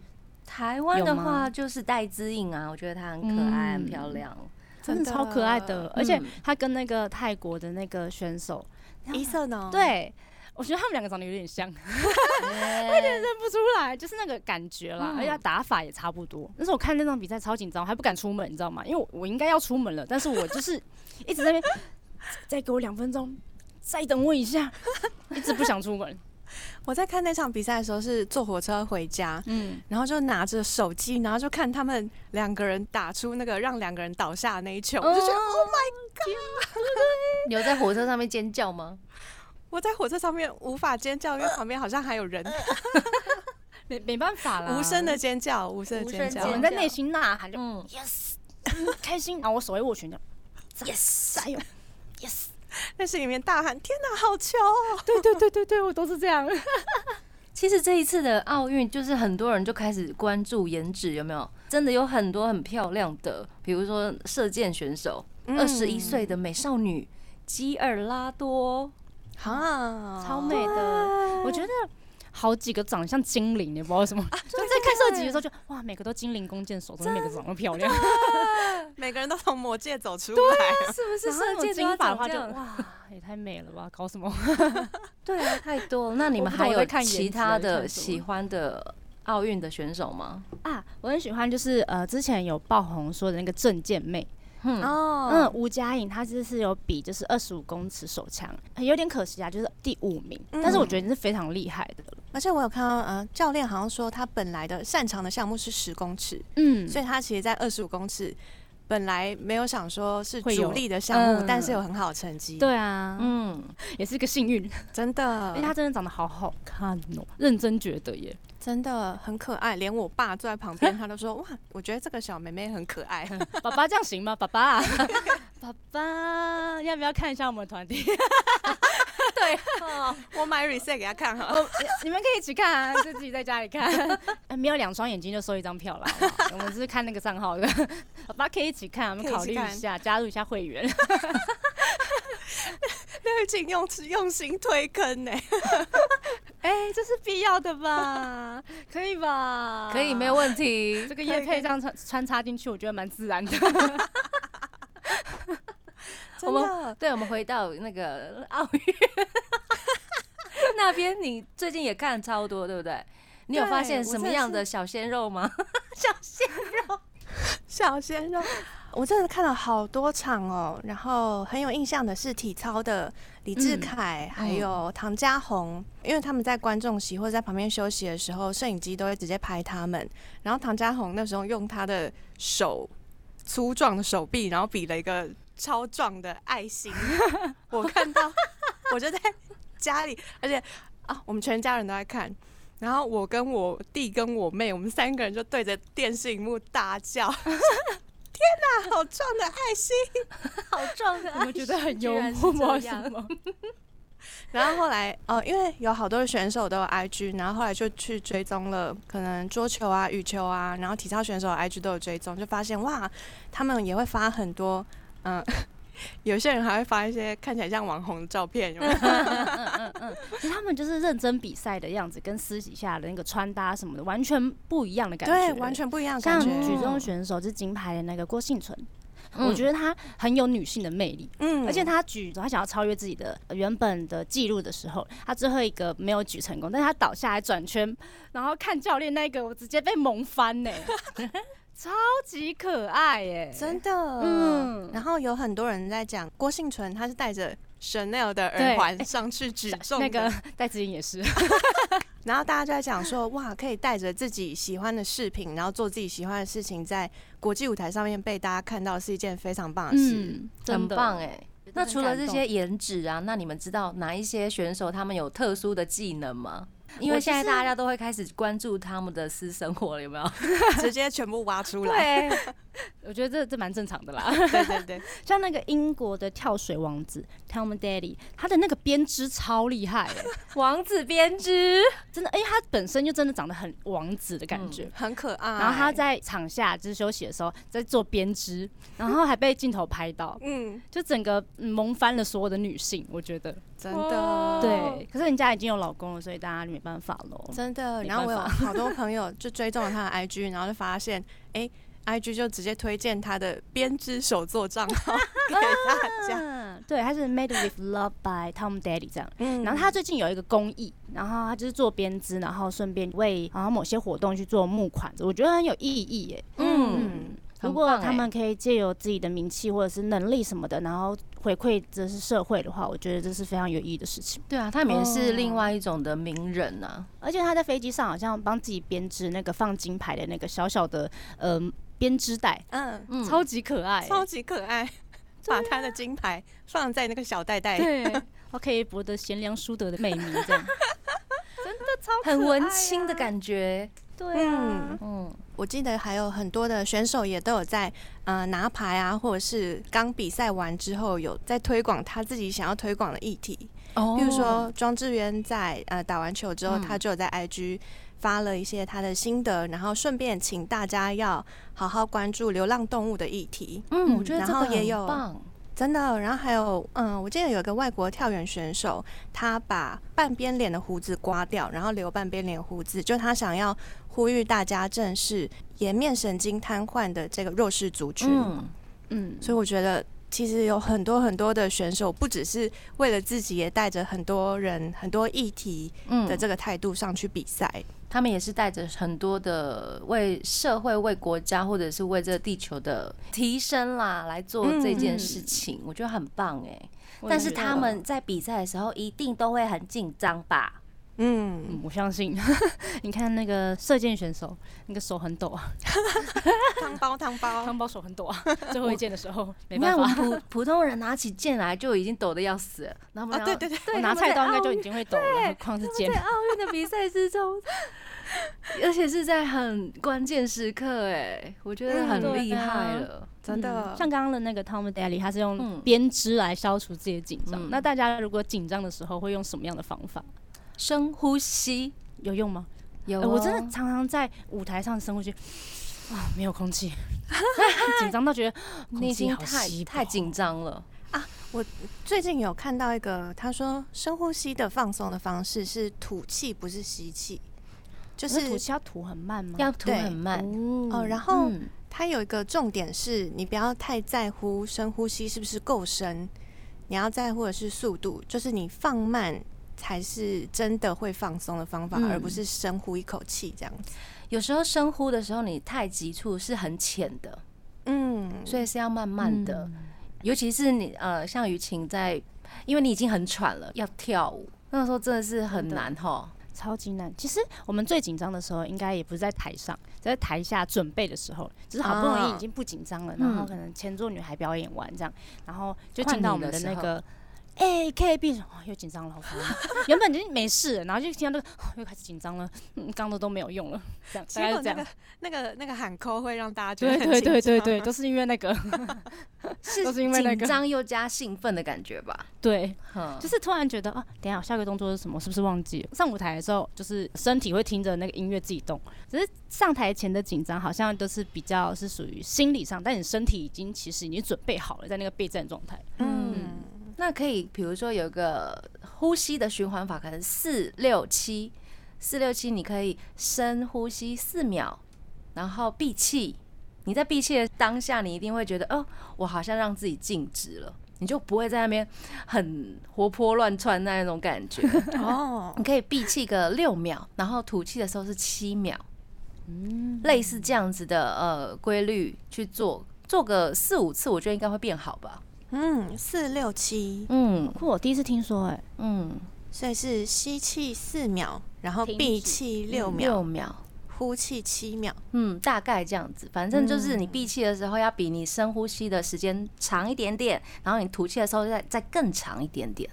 [SPEAKER 2] 台湾的
[SPEAKER 3] 有吗
[SPEAKER 2] 话就是戴资颖啊，我觉得她很可爱、
[SPEAKER 3] 嗯
[SPEAKER 2] 很漂亮。
[SPEAKER 3] 真的超可爱的，而且
[SPEAKER 2] 嗯
[SPEAKER 3] 他跟那个泰国的那个选手，
[SPEAKER 4] 一色呢？，
[SPEAKER 3] 对我觉得他们两个长得有点像。
[SPEAKER 2] 耶
[SPEAKER 3] 认不出来，就是那个感觉啦，
[SPEAKER 2] 嗯
[SPEAKER 3] 而且他打法也差不多。那时候我看那场比赛超紧张，我还不敢出门，你知道吗？因为我我应该要出门了，但是我就是一直在那边， <laughs> 再给我两分钟，再等我一下， <laughs> 一直不想出门。
[SPEAKER 4] 我在看那场比赛的时候是坐火车回家，
[SPEAKER 3] 嗯，
[SPEAKER 4] 然后就拿着手机，然后就看他们两个人打出那个让两个人倒下的那一球，我就觉得
[SPEAKER 2] Oh my god！你有在火车上面尖叫吗？
[SPEAKER 4] 我在火车上面无法尖叫，因为旁边好像还有人，
[SPEAKER 3] 没没办法啦，
[SPEAKER 4] 无声的。尖叫，无声的尖
[SPEAKER 2] 无
[SPEAKER 3] 我
[SPEAKER 4] 叫
[SPEAKER 2] 声尖
[SPEAKER 3] 们。在内心呐喊就
[SPEAKER 2] 嗯
[SPEAKER 3] yes，嗯开心，然后我手会握拳的
[SPEAKER 2] ，yes，
[SPEAKER 3] 加油 yes，
[SPEAKER 4] 那是里面大喊：“天哪，好球
[SPEAKER 3] <laughs>
[SPEAKER 4] 哦
[SPEAKER 3] 对对对对对，我都是这样。
[SPEAKER 2] 其实这一次的奥运，就是很多人就开始关注颜值，有没有？真的有很多很漂亮的，比如说射箭选手，！”
[SPEAKER 4] 嗯
[SPEAKER 2] 二十一岁的美少女基尔拉多，
[SPEAKER 4] 啊，
[SPEAKER 3] 超美的。我觉得好几个长相精灵，也不知道为什么。就在看射击的时候就，哇，每个都精灵弓箭手，怎么每个长得漂亮？
[SPEAKER 4] 每个人都从魔界走出来，
[SPEAKER 2] 是不
[SPEAKER 3] 然后那种
[SPEAKER 2] 都要
[SPEAKER 3] 金发的
[SPEAKER 2] 长
[SPEAKER 3] 话
[SPEAKER 2] 这
[SPEAKER 3] 就，
[SPEAKER 2] 样
[SPEAKER 3] 哇， <laughs> 也太美了吧，搞什么？
[SPEAKER 2] 对啊，太多了。那你
[SPEAKER 3] 我
[SPEAKER 2] 们
[SPEAKER 3] 不懂
[SPEAKER 2] 还
[SPEAKER 3] 我
[SPEAKER 2] 有
[SPEAKER 3] 在看颜值
[SPEAKER 2] 其他
[SPEAKER 3] 还是看什
[SPEAKER 2] 的
[SPEAKER 3] 么
[SPEAKER 2] 喜欢的奥运的选手吗？
[SPEAKER 3] <laughs> 啊，我很喜欢，就是呃，之前有爆红说的那个证件妹，
[SPEAKER 2] 嗯，
[SPEAKER 3] 嗯
[SPEAKER 4] 哦，，
[SPEAKER 3] 吴佳颖她就是有比就是二十五公尺手枪，有点可惜啊，就是第五名，
[SPEAKER 4] 嗯
[SPEAKER 3] 但是我觉得是非常厉害的，
[SPEAKER 4] 而且我有看到，呃，教练好像说他本来的擅长的项目是十公尺，
[SPEAKER 3] 嗯，
[SPEAKER 4] 所以他其实在二十五公尺本来没有想说是
[SPEAKER 3] 会有
[SPEAKER 4] 主力的项目
[SPEAKER 2] 嗯，
[SPEAKER 4] 但是有很好的成绩，，
[SPEAKER 3] 对啊，
[SPEAKER 2] 嗯，
[SPEAKER 3] 也是一个幸运，
[SPEAKER 4] 真的
[SPEAKER 3] 因为，她真的长得好好看哦，认真觉得耶，
[SPEAKER 4] 真的很可爱，连我爸坐在旁边，他都说：“哇，我觉得这个小妹妹很可爱。
[SPEAKER 3] 爸爸这样行吗？爸爸， <laughs> 爸爸，要不要看一下我们的团体？
[SPEAKER 4] <laughs> 我买 reset 给他看 <laughs> 哈。
[SPEAKER 3] <laughs> 你们可以一起看啊，就自己在家里 <laughs> 看。没有哎两双眼睛就收一张票了，好 <laughs> 不好我们只是看那个账号的。 <laughs> 爸爸可以一起看，我们
[SPEAKER 4] 可以一起
[SPEAKER 3] 考虑一
[SPEAKER 4] 看
[SPEAKER 3] 下，加入一下会员。
[SPEAKER 4] 那已经用用心推坑呢、
[SPEAKER 3] <laughs> 哎、这是必要的吧？可以吧？
[SPEAKER 2] 可以，没有。问题 <laughs>
[SPEAKER 3] 这。个叶配这样穿穿插进去，我觉得蛮自然 <laughs> 的。
[SPEAKER 4] 真
[SPEAKER 2] 我
[SPEAKER 4] 的，
[SPEAKER 2] 对，我们回到那个奥运那边，你最近也看超多，对不对？你有发
[SPEAKER 4] 对
[SPEAKER 2] 现
[SPEAKER 4] 我
[SPEAKER 2] 什
[SPEAKER 4] 真
[SPEAKER 2] 么
[SPEAKER 4] 的
[SPEAKER 2] 样
[SPEAKER 4] 是
[SPEAKER 2] 的小鲜肉吗？
[SPEAKER 4] 小鲜肉，我真的看了好多场哦。然后很有印象的是体操的李志凯，还有唐家红，因为他们在观众席或者在旁边休息的时候，摄影机都会直接拍他们。然后唐家红那时候用他的手粗壮的手臂，然后比了一个超壮的爱心，我看到，我就在家里，而且啊，我们全家人都在看。然后我跟我弟跟我妹，我们三个人就对着电视荧幕大叫：“天哪， <laughs> 好壮的爱心
[SPEAKER 2] <laughs> 好壮的
[SPEAKER 3] 我们觉得很幽
[SPEAKER 2] 居
[SPEAKER 3] 默，
[SPEAKER 2] 然是这
[SPEAKER 3] 是
[SPEAKER 2] 样 <laughs>
[SPEAKER 3] 吗？！” <laughs>
[SPEAKER 4] 然后后来，哦，因为有好多选手都有 IG，然后后来就去追踪了，可能桌球啊、羽球啊，然后体操选手的 IG 都有追踪，就发现哇，他们也会发很多嗯、呃 <laughs> 有些人还会发一些看起来像网红的照片，有没有？
[SPEAKER 3] 嗯其实他们嗯就是认真比赛的样子，跟私底下的那个穿搭什么的完全不一样的感觉，
[SPEAKER 4] 对，完全不一样的感
[SPEAKER 3] 像
[SPEAKER 4] 觉。
[SPEAKER 3] 举重选手就是金牌的那个郭幸存，
[SPEAKER 2] 嗯
[SPEAKER 3] 我觉得她很有女性的魅力。
[SPEAKER 4] 嗯
[SPEAKER 3] 而且她举，她想要超越自己的呃原本的记录的时候，她最后一个没有举成功，但是她倒下来转圈，然后看教练那个，我直接被萌
[SPEAKER 2] <laughs>
[SPEAKER 3] 翻呢、超级可爱耶、
[SPEAKER 4] 真的，嗯
[SPEAKER 3] 嗯。
[SPEAKER 4] 然后有很多人在讲郭幸存，他是带着 Chanel 的耳环上去 <laughs> 举重
[SPEAKER 3] 那
[SPEAKER 4] 的
[SPEAKER 3] 个戴子颖也是，
[SPEAKER 2] 啊
[SPEAKER 4] 然后大家就在讲说，哇，可以带着自己喜欢的饰品，然后做自己喜欢的事情，在国际舞台上面被大家看到是一件非常棒的事。
[SPEAKER 3] 嗯，
[SPEAKER 2] 很
[SPEAKER 3] <laughs> 真的
[SPEAKER 2] 棒哎、那除了这
[SPEAKER 3] 很感动
[SPEAKER 2] 些颜值啊，那你们知道哪一些选手他们有特殊的技能吗？因为
[SPEAKER 3] 我就是
[SPEAKER 2] 现在大家都会开始关注他们的私生活了，有没有？
[SPEAKER 4] 直接全部挖出来。
[SPEAKER 3] 对，我觉得这这蛮正常的啦。
[SPEAKER 4] 对对对，
[SPEAKER 3] 像那个英国的跳水王子 Tom Daley，他的那个编织超厉害、欸，
[SPEAKER 2] <laughs> 王子编织，
[SPEAKER 3] 真的，因为他本身就真的长得很王子的感觉。
[SPEAKER 4] 很可爱。
[SPEAKER 2] 嗯
[SPEAKER 3] 然后他，在场下就是休息的时候在做编织，然后还被镜头拍到，
[SPEAKER 4] 嗯，
[SPEAKER 3] 就整个嗯萌翻了所有的女性，我觉得。
[SPEAKER 4] 真的，
[SPEAKER 3] 对，可是人家已经有老公了，所以大家没办法喽。
[SPEAKER 4] 真的。
[SPEAKER 3] 没
[SPEAKER 4] 然后我有
[SPEAKER 3] 办
[SPEAKER 4] 好多朋友就追踪了他的 IG，然后就发现，哎、i g 就直接推荐他的编织手作账号给大家。
[SPEAKER 3] 嗯，对，他是 Made with Love by Tom Daley 这样。
[SPEAKER 4] 嗯
[SPEAKER 3] 然后他最近有一个公益，然后他就是做编织，然后顺便为然后某些活动去做募款，我觉得很有意义耶。
[SPEAKER 2] 嗯，
[SPEAKER 3] 如
[SPEAKER 2] 很
[SPEAKER 3] 果
[SPEAKER 2] 棒
[SPEAKER 3] 他
[SPEAKER 2] 欸
[SPEAKER 3] 们可以借由自己的名气或者是能力什么的，然后回馈这是社会的话，我觉得这是非常有意义的事情。
[SPEAKER 2] 对啊，他们也是另外一种的名人啊。
[SPEAKER 3] 而且他在飞机上好像帮自己编织那个放金牌的那个小小的呃编织袋，
[SPEAKER 4] 嗯，
[SPEAKER 2] 嗯，
[SPEAKER 3] 超级可爱欸、 <laughs>
[SPEAKER 4] 超级可爱，把他的金牌放在那个小袋袋。
[SPEAKER 3] 对，啊他可以博得贤良淑德的美名这样。
[SPEAKER 2] 很文青的感觉。
[SPEAKER 3] 对啊
[SPEAKER 4] 嗯，
[SPEAKER 2] 嗯，
[SPEAKER 4] 我记得还有很多的选手也都有在呃拿牌啊，或者是刚比赛完之后有在推广他自己想要推广的议题，
[SPEAKER 2] 哦
[SPEAKER 4] 比如说庄智渊在呃打完球之后，
[SPEAKER 2] 嗯
[SPEAKER 4] 他就有在 IG 发了一些他的心得，然后顺便请大家要好好关注流浪动物的议题，
[SPEAKER 2] 嗯，我觉得
[SPEAKER 4] 然
[SPEAKER 2] 这
[SPEAKER 4] 后
[SPEAKER 2] 个
[SPEAKER 4] 也
[SPEAKER 2] 很
[SPEAKER 4] 有
[SPEAKER 2] 棒。
[SPEAKER 4] 真的。然后还有嗯、呃我记得有一个外国跳远选手，他把半边脸的胡子刮掉，然后留半边脸胡子，就他想要呼吁大家正视颜面神经瘫痪的这个弱势族群。
[SPEAKER 2] 嗯，
[SPEAKER 3] 嗯，
[SPEAKER 4] 所以我觉得其实有很多很多的选手，不只是为了自己，也带着很多人、很多议题
[SPEAKER 2] 嗯
[SPEAKER 4] 的这个态度上去比赛。
[SPEAKER 2] 他们也是带着很多的为社会、为国家，或者是为这个地球的提升啦，来做这件事情，我觉得很棒哎、
[SPEAKER 3] 我也
[SPEAKER 2] 但是
[SPEAKER 3] 觉得
[SPEAKER 2] 他们在比赛的时候一定都会很紧张吧？
[SPEAKER 4] 嗯，
[SPEAKER 3] 嗯，我相信。 <laughs> 你看那个射箭选手，那个手很抖啊，
[SPEAKER 4] 汤包汤包，
[SPEAKER 3] 汤包手很抖 <laughs> 啊，最后一箭的时候没
[SPEAKER 2] 你看
[SPEAKER 3] 办
[SPEAKER 2] 我
[SPEAKER 3] 法
[SPEAKER 2] 们。普 <laughs> 普通人拿起剑来就已经抖得要死了，然后
[SPEAKER 4] 啊，对对
[SPEAKER 2] 对，
[SPEAKER 4] 对，
[SPEAKER 3] 我拿菜刀应该就已经会抖了，何况是
[SPEAKER 2] 在
[SPEAKER 3] 剑。
[SPEAKER 2] 奥运的比赛之中，而且是在很关键时刻哎、我觉得
[SPEAKER 4] 嗯
[SPEAKER 2] 很
[SPEAKER 3] 对
[SPEAKER 2] 厉害
[SPEAKER 3] 啊
[SPEAKER 2] 了。
[SPEAKER 4] 真的，
[SPEAKER 3] 像刚刚的那个 Tom Daly，他是
[SPEAKER 2] 嗯
[SPEAKER 3] 用编织来消除自己的紧张。
[SPEAKER 2] 嗯
[SPEAKER 3] 那大家如果紧张的时候会用什么样的方法？
[SPEAKER 2] 深呼吸，哎
[SPEAKER 3] 有用吗？
[SPEAKER 2] 有、啊哦
[SPEAKER 3] 呃我真的常常在舞台上深呼吸，啊，没有空气，紧张到觉得空
[SPEAKER 2] 你已
[SPEAKER 3] 气
[SPEAKER 2] 经
[SPEAKER 3] 好
[SPEAKER 2] 太
[SPEAKER 3] 稀
[SPEAKER 2] 太
[SPEAKER 3] 薄
[SPEAKER 2] 紧张了。
[SPEAKER 4] 最近有看到一个，他说深呼吸的放松的方式是吐气，不是吸气，就
[SPEAKER 3] 可是
[SPEAKER 4] 是
[SPEAKER 3] 吐气要吐很慢吗？
[SPEAKER 2] 要吐
[SPEAKER 4] 对
[SPEAKER 2] 很慢。
[SPEAKER 4] 哦，然
[SPEAKER 3] 后
[SPEAKER 4] 后
[SPEAKER 2] 嗯
[SPEAKER 4] 它有一个重点是，你不要太在乎深呼吸是不是够深，你要在乎的是速度，就是你放慢才是真的会放松的方法，
[SPEAKER 2] 嗯
[SPEAKER 4] 而不是深呼一口气这样子。
[SPEAKER 2] 有时候深呼的时候，你太急促是很浅的，
[SPEAKER 4] 嗯，
[SPEAKER 2] 所以是要慢慢的。尤其是你呃，像雨晴在，因为你已经很喘了，要跳舞，那个时候真的是很难哈。
[SPEAKER 3] 超级难。其实我们最紧张的时候，应该也不是在台上，在台下准备的时候，只是好不容易已经不紧张了，然后可能前座女孩表演完这样，然后就进到我们的那个哎 KB，哦又紧张了，好烦 <laughs> 啊。原本已经没事了，然后就听到这个、 <sighs> 哦又开始紧张了，嗯，刚的都没有用了，这样
[SPEAKER 4] 结
[SPEAKER 3] 大概
[SPEAKER 4] 果
[SPEAKER 3] 是这
[SPEAKER 4] 那
[SPEAKER 3] 样
[SPEAKER 4] 个。那个那个喊扣会让大家觉
[SPEAKER 3] 对
[SPEAKER 4] 得
[SPEAKER 3] 对对对对，
[SPEAKER 4] 对，
[SPEAKER 3] 都是因为那个， <laughs>
[SPEAKER 2] 是 <laughs>
[SPEAKER 3] 都是因为那个
[SPEAKER 2] 紧张又加兴奋的感觉吧？
[SPEAKER 3] 对，
[SPEAKER 2] 嗯，
[SPEAKER 3] 就是突然觉得啊，等一下我下个动作是什么？我是不是忘记了？上舞台的时候，就是身体会听着那个音乐自己动，只是上台前的紧张好像都是比较是属于心理上，但你身体已经其实已经准备好了，在那个备战状态。
[SPEAKER 4] 嗯，
[SPEAKER 2] 那可以，比如说有一个呼吸的循环法，可能四六七，四六七，你可以深呼吸四秒，然后闭气。你在闭气的当下，你一定会觉得，哦，我好像让自己静止了，你就不会在那边很活泼乱窜那种感 <laughs> 觉。
[SPEAKER 4] 哦
[SPEAKER 2] 你，可以闭气个六秒，然后吐气的时候是七秒，嗯，类似这样子的呃规律去做，做个四五次，我觉得应该会变好吧。
[SPEAKER 4] 嗯，四六七，
[SPEAKER 2] 嗯
[SPEAKER 3] 酷，我第一次听说、哎，
[SPEAKER 2] 嗯，
[SPEAKER 4] 所以是吸气四秒，然后
[SPEAKER 3] 停
[SPEAKER 4] 闭
[SPEAKER 3] 止
[SPEAKER 4] 气六
[SPEAKER 2] 六
[SPEAKER 4] 秒，
[SPEAKER 2] 秒，
[SPEAKER 4] 呼气七秒。
[SPEAKER 2] 嗯，大概这样子，反正就是你闭气的时候要比你深呼吸的时间长一点点，然后你吐气的时候再再更长一点点。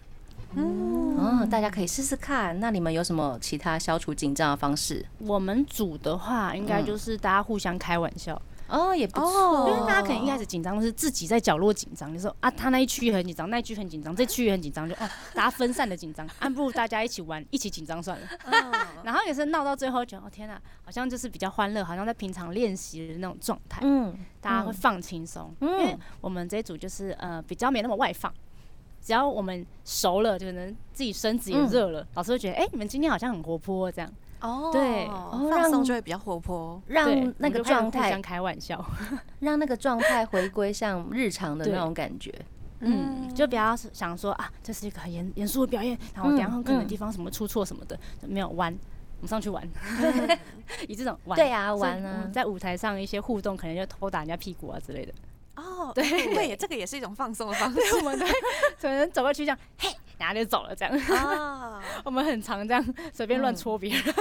[SPEAKER 2] 嗯，大家可以试试看。那你们有什么其他消除紧张的方式？
[SPEAKER 3] 我们组的话，应该
[SPEAKER 2] 嗯
[SPEAKER 3] 就是大家互相开玩笑，
[SPEAKER 2] 哦，也不
[SPEAKER 4] 哦
[SPEAKER 2] 错，
[SPEAKER 3] 因为大家可能一开始紧张的是自己在角落紧张，你说啊，他那一区很紧张，那一区很紧张，这区也很紧张，就哦，大家分散的紧张，啊，不如大家一起玩，一起紧张算了。
[SPEAKER 4] 嗯
[SPEAKER 3] 然后也是闹到最后，觉得哦天哪，好像就是比较欢乐，好像在平常练习的那种状态，
[SPEAKER 2] 嗯，
[SPEAKER 3] 大家会放轻松。因为我们这一组就是呃比较没那么外放，只要我们熟了，就可能自己身子也
[SPEAKER 2] 嗯
[SPEAKER 3] 热了，老师会觉得哎、你们今天好像很活泼这样，
[SPEAKER 4] 哦
[SPEAKER 3] 对
[SPEAKER 2] 哦
[SPEAKER 4] 放松
[SPEAKER 2] 让
[SPEAKER 4] 就会比较活泼。
[SPEAKER 3] 对
[SPEAKER 2] 让
[SPEAKER 3] 我
[SPEAKER 2] 那
[SPEAKER 3] 们
[SPEAKER 2] 个
[SPEAKER 3] 就开始
[SPEAKER 2] 状
[SPEAKER 3] 互
[SPEAKER 2] 态
[SPEAKER 3] 相开玩笑。
[SPEAKER 2] 让那个状态回归像日常的那种感觉。
[SPEAKER 3] 嗯， <laughs> 就不要想说啊，这是一个很严严肃的表演，然后我等一下
[SPEAKER 2] 嗯
[SPEAKER 3] 可能
[SPEAKER 2] 嗯
[SPEAKER 3] 地方什么出错什么的，就没有玩，我们上
[SPEAKER 2] <laughs>
[SPEAKER 3] 去玩，以这种玩
[SPEAKER 2] 对啊，
[SPEAKER 3] 所以嗯
[SPEAKER 2] 玩
[SPEAKER 3] 我们
[SPEAKER 2] 啊，
[SPEAKER 3] 在舞台上一些互动，可能就偷打人家屁股啊之类的。
[SPEAKER 4] 哦，
[SPEAKER 3] 对
[SPEAKER 4] 哎对，这个也是一种放松的 <laughs> 方式
[SPEAKER 3] <laughs> 对，我们对，可能走过去这样，嘿，然后就走了这 <laughs> 样。
[SPEAKER 4] 啊。
[SPEAKER 3] 我们很常这样随便乱戳别人。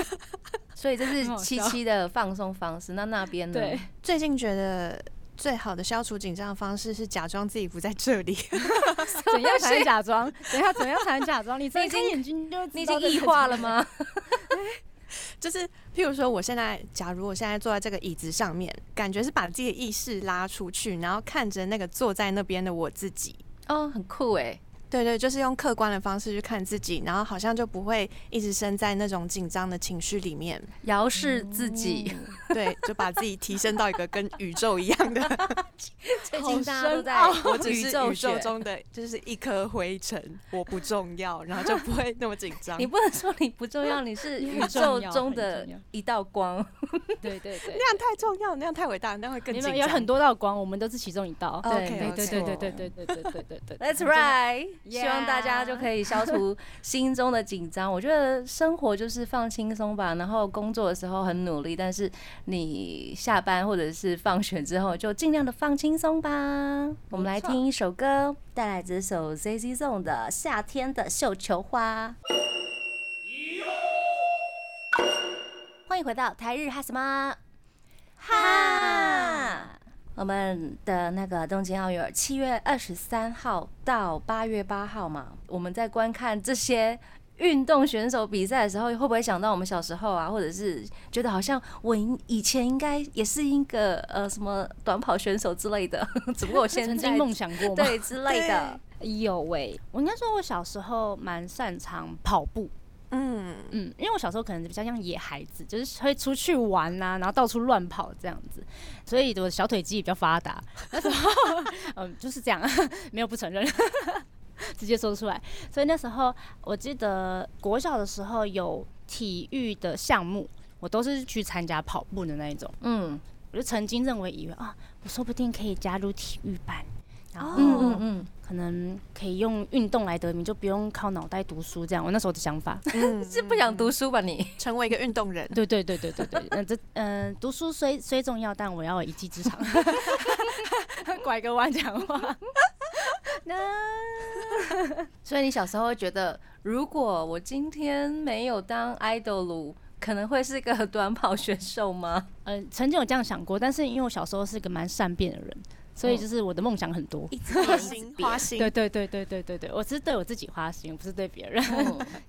[SPEAKER 2] 所以这是
[SPEAKER 3] 很好
[SPEAKER 2] 七
[SPEAKER 3] 笑
[SPEAKER 2] 七的放松方式。那那边呢？
[SPEAKER 3] 对，
[SPEAKER 4] 最近觉得最好的消除紧张的方式是假装自己不在这里。
[SPEAKER 3] <laughs>
[SPEAKER 4] <laughs>
[SPEAKER 3] 怎样才能假 <laughs> 装？等一下怎样才能假装？你睁
[SPEAKER 2] 你已
[SPEAKER 3] 开
[SPEAKER 2] 经
[SPEAKER 3] 眼睛就
[SPEAKER 2] 你已经异化了
[SPEAKER 3] 吗？
[SPEAKER 2] 吗？
[SPEAKER 4] 就是，譬如说，我现在，假如我现在坐在这个椅子上面，感觉是把自己的意识拉出去，然后看着那个坐在那边的我自己。
[SPEAKER 2] 哦，很酷哎。
[SPEAKER 4] 对对，就是用客观的方式去看自己，然后好像就不会一直身在那种紧张的情绪里面。
[SPEAKER 2] 遥视自己，
[SPEAKER 4] <laughs> 对，就把自己提升到一个跟宇宙一样 <laughs> 的，
[SPEAKER 2] 最
[SPEAKER 3] 好
[SPEAKER 2] 近大家都
[SPEAKER 3] 深
[SPEAKER 2] 在
[SPEAKER 3] 奥
[SPEAKER 4] 我只是
[SPEAKER 2] 宇
[SPEAKER 4] 宇
[SPEAKER 2] 宙
[SPEAKER 4] 宙
[SPEAKER 2] 学。
[SPEAKER 4] 中的就是一颗灰尘，我不重要，然后就不会那么紧 <laughs> 张
[SPEAKER 2] 你。不能说你不重要，
[SPEAKER 3] <laughs>
[SPEAKER 2] 你是
[SPEAKER 3] 你
[SPEAKER 2] 宇
[SPEAKER 3] 很重要
[SPEAKER 2] 宙中
[SPEAKER 3] 很
[SPEAKER 2] 的
[SPEAKER 3] 重要
[SPEAKER 2] 一道光。
[SPEAKER 3] <laughs> 对对对。
[SPEAKER 4] 那样太重要，那样太伟大，那样会更
[SPEAKER 3] 你
[SPEAKER 4] 紧
[SPEAKER 3] 们
[SPEAKER 4] 张。
[SPEAKER 3] 有很多道光，我们都是其中一道。
[SPEAKER 4] 哦
[SPEAKER 2] 对
[SPEAKER 4] OK，
[SPEAKER 3] 对对对
[SPEAKER 4] 没
[SPEAKER 3] 对
[SPEAKER 4] 错
[SPEAKER 3] 对对对对对对对。
[SPEAKER 2] That's right，
[SPEAKER 3] Yeah
[SPEAKER 2] 希望大家就可以消除心中的紧张。我觉得生活就是放轻松吧，然后工作的时候很努力，但是你下班或者是放学之后就尽量的放轻松吧。我们来听一首歌，带来这首 Z Z Zone 的《夏天的绣球花》。欢迎回到台日哈什么哈。我们的那个东京奥运会，七月二十三号到八月八号嘛，我们在观看这些运动选手比赛的时候，会不会想到我们小时候啊，或者是觉得好像我应以前应该也是一个呃什么短跑选手之类的， <laughs> 只不过我现在
[SPEAKER 3] 曾经梦想过吗？
[SPEAKER 2] 对之类的，
[SPEAKER 3] 有喂、我应该说，我小时候蛮擅长跑步，
[SPEAKER 4] 嗯，
[SPEAKER 3] 嗯，因为我小时候可能比较像野孩子，就是会出去玩呐、然后到处乱跑这样子，所以我的小腿肌比较发达。那时候， <laughs> 嗯，就是这样， <laughs> 没有不承认， <laughs> 直接说出来。所以那时候，我记得国小的时候有体育的项目，我都是去参加跑步的那一种。
[SPEAKER 2] 嗯
[SPEAKER 3] 我就曾经认为以为啊，我说不定可以加入体育班，然后
[SPEAKER 2] 嗯嗯嗯，
[SPEAKER 3] 可能可以用运动来得名，就不用靠脑袋读书这样。我那时候的想法，
[SPEAKER 2] <laughs> 是不想读书吧你？
[SPEAKER 4] 成为一个运动 <laughs> 人，
[SPEAKER 3] 对对对对对对，嗯，这嗯、读书虽虽重要，但我要有一技之长， <laughs> 拐个弯讲话。
[SPEAKER 2] 所以你小时候会觉得，如果我今天没有当 idol，可能会是个短跑选手吗？
[SPEAKER 3] 呃，曾经有这样想过，但是因为我小时候是个蛮善变的人，所以就是我的梦想很多。
[SPEAKER 2] 一直
[SPEAKER 4] 花心花心，
[SPEAKER 3] 对对对对对对对，我只是对我自己花心，不是对别 <laughs> 人。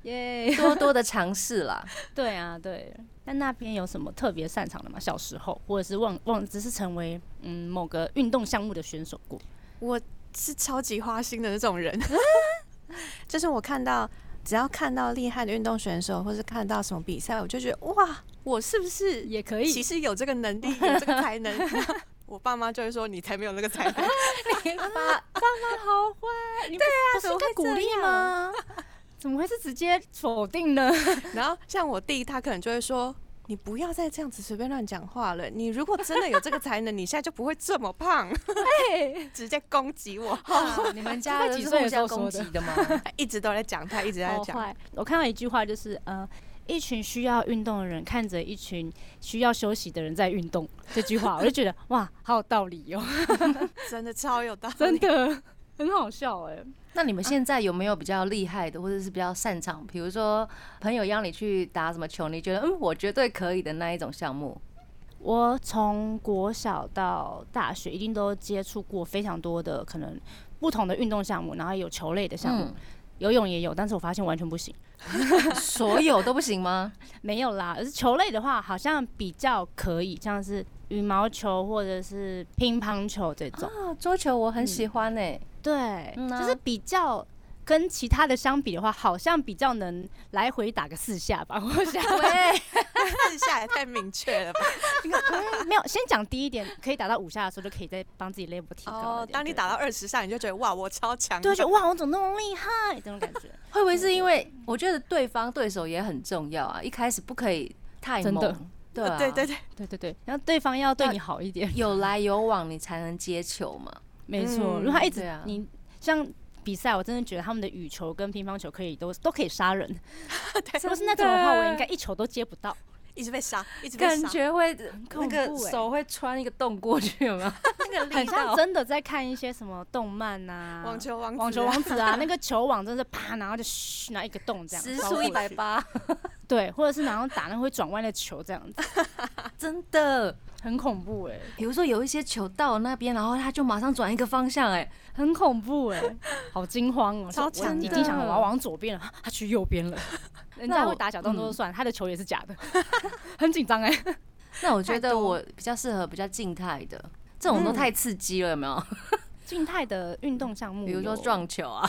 [SPEAKER 3] 耶、
[SPEAKER 2] <laughs> 多多的尝试 <laughs> 啦。
[SPEAKER 3] 对啊，对。但那边有什么特别擅长的吗？小时候，或者是忘忘，只是成为嗯某个运动项目的选手过？
[SPEAKER 4] 我是超级花心的那种 <laughs> 人，就是我看到只要看到厉害的运动选手，或是看到什么比赛，我就觉得哇，我是不是
[SPEAKER 3] 也可
[SPEAKER 4] 其实有这个 <laughs> 能力，有这个才能？然后我爸妈就会说你才没有那个才能， <laughs>
[SPEAKER 2] 爸爸妈好坏，
[SPEAKER 3] 对啊，不是应该鼓励吗？ <laughs> 怎么会是直接否定呢？
[SPEAKER 4] 然后像我弟，他可能就会说：“你不要再这样子随便乱讲话了。你如果真的有这个才能， <laughs> 你现在就不会这么胖。” <laughs> 直接攻击我， <laughs>
[SPEAKER 2] 啊你们家人是互相攻击的 <laughs> 吗？
[SPEAKER 4] 他一直都在讲，他一直在
[SPEAKER 3] 好
[SPEAKER 4] 讲。
[SPEAKER 3] 坏！我看到一句话就是呃。一群需要运动的人看着一群需要休息的人在运动，这句 <laughs> 话我就觉得哇，好有道理哦，
[SPEAKER 4] 真的超有道理，
[SPEAKER 3] 真的 <laughs> 很好笑哎、
[SPEAKER 2] 那你们现在有没有比较厉害的，或者是比较擅长？比如说朋友邀你去打什么球，你觉得嗯，我绝对可以的那一种项目？
[SPEAKER 3] 我从国小到大学一定都接触过非常多的可能不同的运动项目，然后有球类的项目，
[SPEAKER 2] 嗯，
[SPEAKER 3] 游泳也有，但是我发现完全不行。
[SPEAKER 2] <laughs> 所有都不行吗？
[SPEAKER 3] 没有啦，而是球类的话好像比较可以，像是羽毛球或者是乒乓球这种，
[SPEAKER 2] 啊，桌球我很喜欢呢、欸
[SPEAKER 3] 对，
[SPEAKER 2] 嗯啊
[SPEAKER 3] 就是比较。跟其他的相比的话，好像比较能来回打个四下吧。 <laughs> 我
[SPEAKER 2] 嗯
[SPEAKER 3] 想，
[SPEAKER 2] <laughs> 喂，
[SPEAKER 4] 私下也太明确了吧？
[SPEAKER 3] 没有，先讲低一点，可以打到五下的时候，就可以再帮自己 level 提高一
[SPEAKER 4] <laughs> 哦
[SPEAKER 3] 点。，
[SPEAKER 4] 当你
[SPEAKER 3] 对
[SPEAKER 4] 打到二十下，你就觉得哇，我超强的。
[SPEAKER 3] 对，就哇，我怎么那么厉害？这种感觉。
[SPEAKER 2] 会不会是因为我觉得对方对手也很重要啊？一开始不可以太
[SPEAKER 3] 真的
[SPEAKER 2] 猛，对啊
[SPEAKER 4] 对对对，
[SPEAKER 3] <laughs> 对对对，然后对方要对你好一点，
[SPEAKER 2] 有来有往你才能接球嘛。
[SPEAKER 3] 没错。
[SPEAKER 4] 嗯
[SPEAKER 3] 如果他一直、
[SPEAKER 2] 对啊
[SPEAKER 3] 你像比赛，我真的觉得他们的羽球跟乒乓球可以都都可以杀
[SPEAKER 4] <laughs>
[SPEAKER 3] 人。如果是那种的话，我应该一球都接不到。
[SPEAKER 4] 一直被杀，一直被
[SPEAKER 2] 感
[SPEAKER 4] 杀。
[SPEAKER 2] 觉会那
[SPEAKER 3] 恐
[SPEAKER 2] 个
[SPEAKER 3] 怖欸
[SPEAKER 2] 手会穿一个洞过去，有没有？那个
[SPEAKER 3] 很
[SPEAKER 2] 力
[SPEAKER 3] 像
[SPEAKER 2] 道。
[SPEAKER 3] 真的在看一些什么动漫啊呐、
[SPEAKER 4] 网、球王子，
[SPEAKER 3] 网球王子啊，那个球网真的是啪，然后就嘘，然后一个洞这样，
[SPEAKER 2] 时
[SPEAKER 3] 烧
[SPEAKER 2] 速
[SPEAKER 3] 过
[SPEAKER 2] 一百
[SPEAKER 3] 去，
[SPEAKER 2] 八，
[SPEAKER 3] 对，或者是然后打那会转弯的球这样子，
[SPEAKER 2] 真的。
[SPEAKER 3] 很恐怖哎、
[SPEAKER 2] 比如说有一些球到那边，然后他就马上转一个方向、哎，
[SPEAKER 3] 很恐怖哎、好惊慌哦、
[SPEAKER 4] 超
[SPEAKER 3] 我
[SPEAKER 4] 强
[SPEAKER 3] 已
[SPEAKER 4] 的
[SPEAKER 3] 经想我要往左边了， <laughs> 他去右边了，人
[SPEAKER 2] 那
[SPEAKER 3] 家
[SPEAKER 2] 我
[SPEAKER 3] 会打小动作就算，他的球也是假的， <laughs> 很紧张哎。
[SPEAKER 2] 那我觉
[SPEAKER 4] 太
[SPEAKER 2] 得
[SPEAKER 4] 多
[SPEAKER 2] 我比较适合比较静态的，这种都太刺激了，有没有？
[SPEAKER 3] 静态的运动项目，
[SPEAKER 2] 比如说，撞球啊，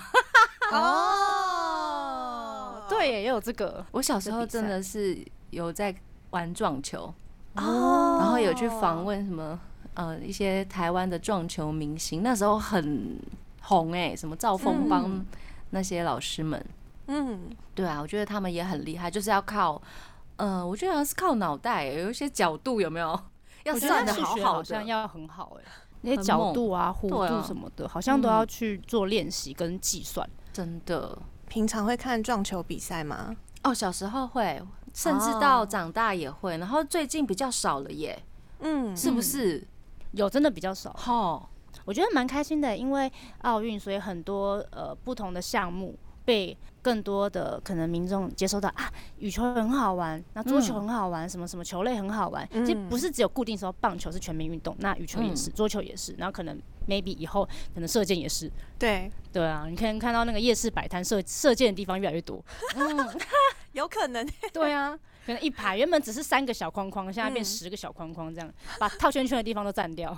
[SPEAKER 4] 哦，
[SPEAKER 3] 对耶，也有这个
[SPEAKER 2] <laughs> 我小时候真的是有在玩撞球，然后有去
[SPEAKER 3] 哦
[SPEAKER 2] 访问什么呃一些台湾的撞球明星，那时候很红哎、什么赵凤邦
[SPEAKER 3] 嗯
[SPEAKER 2] 那些老师们，
[SPEAKER 4] 嗯，
[SPEAKER 2] 对啊，我觉得他们也很厉害，就是要靠，呃，我觉得好像是靠脑袋、欸有一些角度有没有？要
[SPEAKER 3] 我觉
[SPEAKER 2] 算
[SPEAKER 3] 得
[SPEAKER 2] 的
[SPEAKER 3] 数学
[SPEAKER 2] 好
[SPEAKER 3] 哦好
[SPEAKER 2] 的
[SPEAKER 3] 像，要很好哎，那些
[SPEAKER 2] 很
[SPEAKER 3] 角
[SPEAKER 2] 猛
[SPEAKER 3] 度啊、弧
[SPEAKER 2] 对啊
[SPEAKER 3] 度什么的，好像都要去做练习跟计算。
[SPEAKER 2] 真的。
[SPEAKER 4] 平常会看撞球比赛吗？
[SPEAKER 2] 哦，小时候会，甚至
[SPEAKER 3] 哦
[SPEAKER 2] 到长大也会，然后最近比较少了耶，
[SPEAKER 4] 嗯，
[SPEAKER 2] 是不是？
[SPEAKER 3] 有真的比较少，
[SPEAKER 2] 吼，
[SPEAKER 3] 我觉得蛮开心的，因为奥运，所以很多呃不同的项目被更多的可能民众接收到啊，羽球很好玩，那桌球很好玩，什么什么球类很好玩，
[SPEAKER 4] 嗯
[SPEAKER 3] 其实不是只有固定说棒球是全民运动，那羽球也是，
[SPEAKER 2] 嗯
[SPEAKER 3] 桌球也是，然后可能 maybe 以后可能射箭也是，
[SPEAKER 4] 对，
[SPEAKER 3] 对啊，你可能看到那个夜市摆摊射射箭的地方越来越多，
[SPEAKER 4] 有可能
[SPEAKER 3] 对啊。 <laughs> 可能一排原本只是三个小框框，现在变
[SPEAKER 4] 嗯
[SPEAKER 3] 十个小框框，这样、把套圈圈的地方都占掉。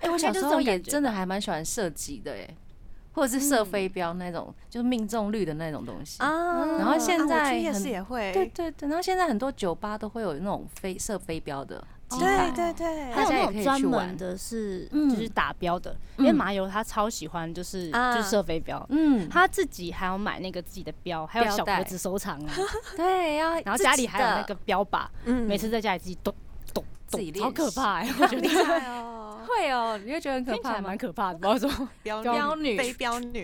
[SPEAKER 2] 哎，我
[SPEAKER 3] 应该
[SPEAKER 2] 小时
[SPEAKER 3] 就是这
[SPEAKER 2] 候
[SPEAKER 3] 种
[SPEAKER 2] 也
[SPEAKER 3] 感觉嗯
[SPEAKER 2] 真的还蛮喜欢射击的耶，或者是射飞镖那种，就是命中率的那种东西。
[SPEAKER 4] 啊
[SPEAKER 2] 然后现
[SPEAKER 4] 啊我
[SPEAKER 2] 在
[SPEAKER 4] 去夜
[SPEAKER 2] 很
[SPEAKER 4] 市也会，
[SPEAKER 2] 对对对，然后现在很多酒吧都会有那种飞射飞镖的机台
[SPEAKER 4] 对，对对，
[SPEAKER 3] 还
[SPEAKER 2] 大
[SPEAKER 3] 有
[SPEAKER 2] 家也
[SPEAKER 3] 那
[SPEAKER 2] 可以
[SPEAKER 3] 种
[SPEAKER 2] 去
[SPEAKER 3] 专
[SPEAKER 2] 玩
[SPEAKER 3] 门的是
[SPEAKER 2] 嗯
[SPEAKER 3] 就是打标的，
[SPEAKER 2] 嗯
[SPEAKER 3] 因为麻油他超喜欢就是、
[SPEAKER 4] 啊
[SPEAKER 3] 就是射飞镖，
[SPEAKER 2] 嗯，
[SPEAKER 3] 他自己还要买那个自己的标，还有
[SPEAKER 2] 标
[SPEAKER 3] 小
[SPEAKER 2] 带
[SPEAKER 3] 格子收藏
[SPEAKER 2] <laughs>
[SPEAKER 3] 啊，
[SPEAKER 2] 对，要
[SPEAKER 3] 然后
[SPEAKER 2] 自
[SPEAKER 3] 家
[SPEAKER 2] 己
[SPEAKER 3] 里还有那
[SPEAKER 2] 的
[SPEAKER 3] 个标靶，
[SPEAKER 4] 嗯
[SPEAKER 3] 每次在家里自己咚咚
[SPEAKER 2] 自己
[SPEAKER 3] 咚，
[SPEAKER 2] 练
[SPEAKER 3] 好可
[SPEAKER 2] 习
[SPEAKER 3] 怕哎、我
[SPEAKER 2] <laughs>
[SPEAKER 3] 觉得
[SPEAKER 4] 厉害哦，
[SPEAKER 2] 会哦，你会觉得很可
[SPEAKER 3] 听起
[SPEAKER 2] 怕
[SPEAKER 3] 来
[SPEAKER 2] 吗
[SPEAKER 3] 蛮？可怕的，不知道怎么，
[SPEAKER 4] 标
[SPEAKER 2] 标女
[SPEAKER 4] 非
[SPEAKER 2] <laughs>
[SPEAKER 4] 标女，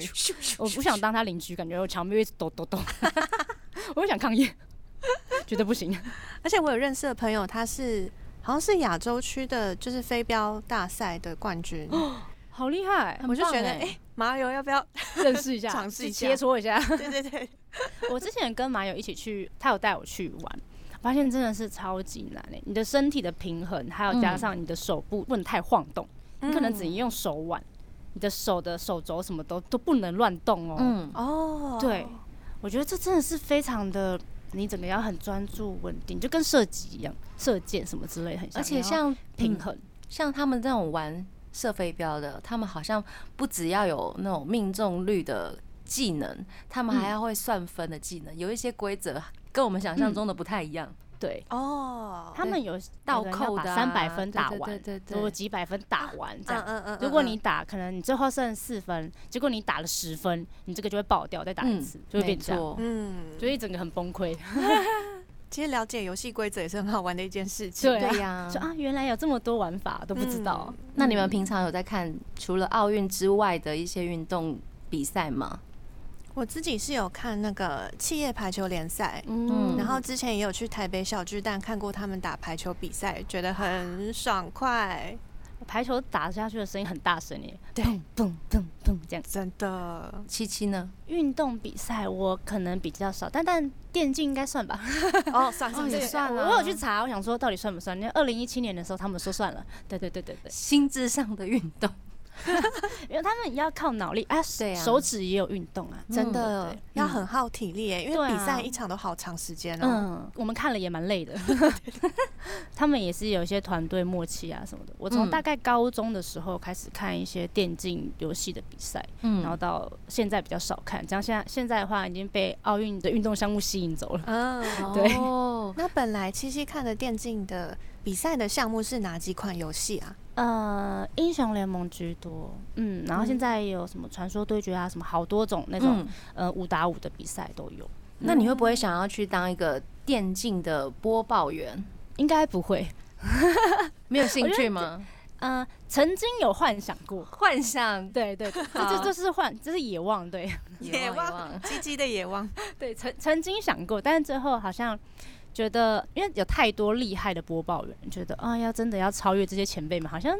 [SPEAKER 3] 我不想当他邻居，感觉我墙壁会一直咚咚咚， <laughs> 我就想抗议， <laughs> 觉得不行，
[SPEAKER 4] 而且我有认识的朋友，他是好像是亚洲区的，就是飞镖大赛的冠军，
[SPEAKER 3] 好厉害，
[SPEAKER 4] 我就觉
[SPEAKER 2] 很
[SPEAKER 4] 得
[SPEAKER 2] 棒欸
[SPEAKER 4] 哎，麻油要不 <laughs> 要？
[SPEAKER 2] 哎
[SPEAKER 3] 认识
[SPEAKER 2] <laughs>
[SPEAKER 3] 一下，
[SPEAKER 4] 尝试
[SPEAKER 3] 去
[SPEAKER 4] 一下
[SPEAKER 3] 切磋一下。 <laughs>
[SPEAKER 4] 对对对，
[SPEAKER 3] 我之前跟麻友一起去，他有带我去玩。发现真的是超级难诶、你的身体的平衡，还
[SPEAKER 2] 嗯
[SPEAKER 3] 有加上你的手部不能太晃动，你可能只能用手腕，你的手的手肘什么都都不能乱动哦。
[SPEAKER 2] 嗯，
[SPEAKER 4] 哦，
[SPEAKER 3] 对，我觉得这真的是非常的，你整个要很专注稳定，就跟射击一样，射箭什么之类很像，
[SPEAKER 2] 而且
[SPEAKER 3] 你要
[SPEAKER 2] 像嗯
[SPEAKER 3] 平
[SPEAKER 2] 衡。
[SPEAKER 3] 衡，
[SPEAKER 2] 像他们这种玩射飞镖的，他们好像不只要有那种命中率的技能，他们还
[SPEAKER 3] 嗯
[SPEAKER 2] 要会算分的技能，有一些规则跟我们想
[SPEAKER 3] 嗯
[SPEAKER 2] 象中的不太一样。
[SPEAKER 3] 对
[SPEAKER 4] 哦，
[SPEAKER 3] 他们有
[SPEAKER 2] 倒扣的啊
[SPEAKER 3] 三百分打
[SPEAKER 2] 对
[SPEAKER 3] 完，
[SPEAKER 2] 对对对
[SPEAKER 3] 如果几百分打完这样。
[SPEAKER 4] 嗯
[SPEAKER 3] 如果你打，可能你最后剩四分，结果你打了十分，你这个就会爆掉，再打一
[SPEAKER 2] 嗯
[SPEAKER 3] 次，就会
[SPEAKER 2] 没
[SPEAKER 3] 变这样，
[SPEAKER 2] 错，
[SPEAKER 4] 嗯，
[SPEAKER 3] 所以整个很崩溃。
[SPEAKER 4] 其实了解游戏规则也是很好玩的一件事情。
[SPEAKER 3] 对啊
[SPEAKER 2] 对
[SPEAKER 3] <laughs>
[SPEAKER 2] 呀、
[SPEAKER 3] 说啊，原来有这么多玩法，都不知道。
[SPEAKER 2] 那你们
[SPEAKER 3] 嗯
[SPEAKER 2] 平常有在看除了奥运之外的一些运动比赛吗？
[SPEAKER 4] 我自己是有看那个企业排球联赛，
[SPEAKER 2] 嗯
[SPEAKER 4] 然后之前也有去台北小巨蛋看过他们打排球比赛，觉得很爽快，
[SPEAKER 3] 排球打下去的声音很大声耶，
[SPEAKER 4] 对
[SPEAKER 3] 砰砰砰砰这样。
[SPEAKER 4] 真的。
[SPEAKER 2] 七七呢？
[SPEAKER 3] 运动比赛我可能比较少，但但电竞应该算吧。
[SPEAKER 4] <laughs> 哦，算算
[SPEAKER 2] 也
[SPEAKER 4] 算，
[SPEAKER 3] <laughs>
[SPEAKER 2] 算啊
[SPEAKER 3] 我有去查，我想说到底算不算？那二零一七年的时候他们说算了，对对对对对，
[SPEAKER 2] 心智上的运动，
[SPEAKER 3] 因为他们也要靠脑力啊，
[SPEAKER 2] 对啊
[SPEAKER 3] 手指也有运动啊，
[SPEAKER 2] 真
[SPEAKER 3] 嗯
[SPEAKER 2] 的
[SPEAKER 3] 对
[SPEAKER 4] 要很耗体力耶，因
[SPEAKER 3] 对
[SPEAKER 4] 为
[SPEAKER 3] 啊
[SPEAKER 4] 比赛一场都好长时间哦。
[SPEAKER 3] 嗯，我们看了也蛮 <laughs> 累的。他们也是有一些团队默契啊什么的。我从
[SPEAKER 2] 嗯
[SPEAKER 3] 大概高中的时候开始看一些电竞游戏的比赛，
[SPEAKER 2] 嗯
[SPEAKER 3] 然后到现在比较少看。这样现在现在的话已经被奥运的运动项目吸引走了。
[SPEAKER 4] 嗯，
[SPEAKER 3] 对
[SPEAKER 2] 哦
[SPEAKER 4] <laughs> 那本来七七看的电竞的比赛的项目是哪几款游戏啊？
[SPEAKER 3] 呃，英雄联盟居多，嗯，然后现在也有什么传说对决啊，什么好多种那种、
[SPEAKER 2] 嗯，
[SPEAKER 3] 呃五打五的比赛都有。
[SPEAKER 2] 那你会不会想要去当一个电竞的播报员？
[SPEAKER 3] 应该不会，
[SPEAKER 2] 没有
[SPEAKER 3] 哦
[SPEAKER 2] 兴趣吗？
[SPEAKER 3] 呃，曾经有幻想 <laughs> 过，
[SPEAKER 2] 幻想
[SPEAKER 3] 对对对，这
[SPEAKER 2] 好
[SPEAKER 3] 这这是幻，这是野望，对
[SPEAKER 4] 野望，
[SPEAKER 2] 啊
[SPEAKER 4] <laughs> 七七的野望，
[SPEAKER 3] 对，曾曾经想过，但是最后好像觉得，因为有太多厉害的播报员，觉得啊，要真的要超越这些前辈们，好像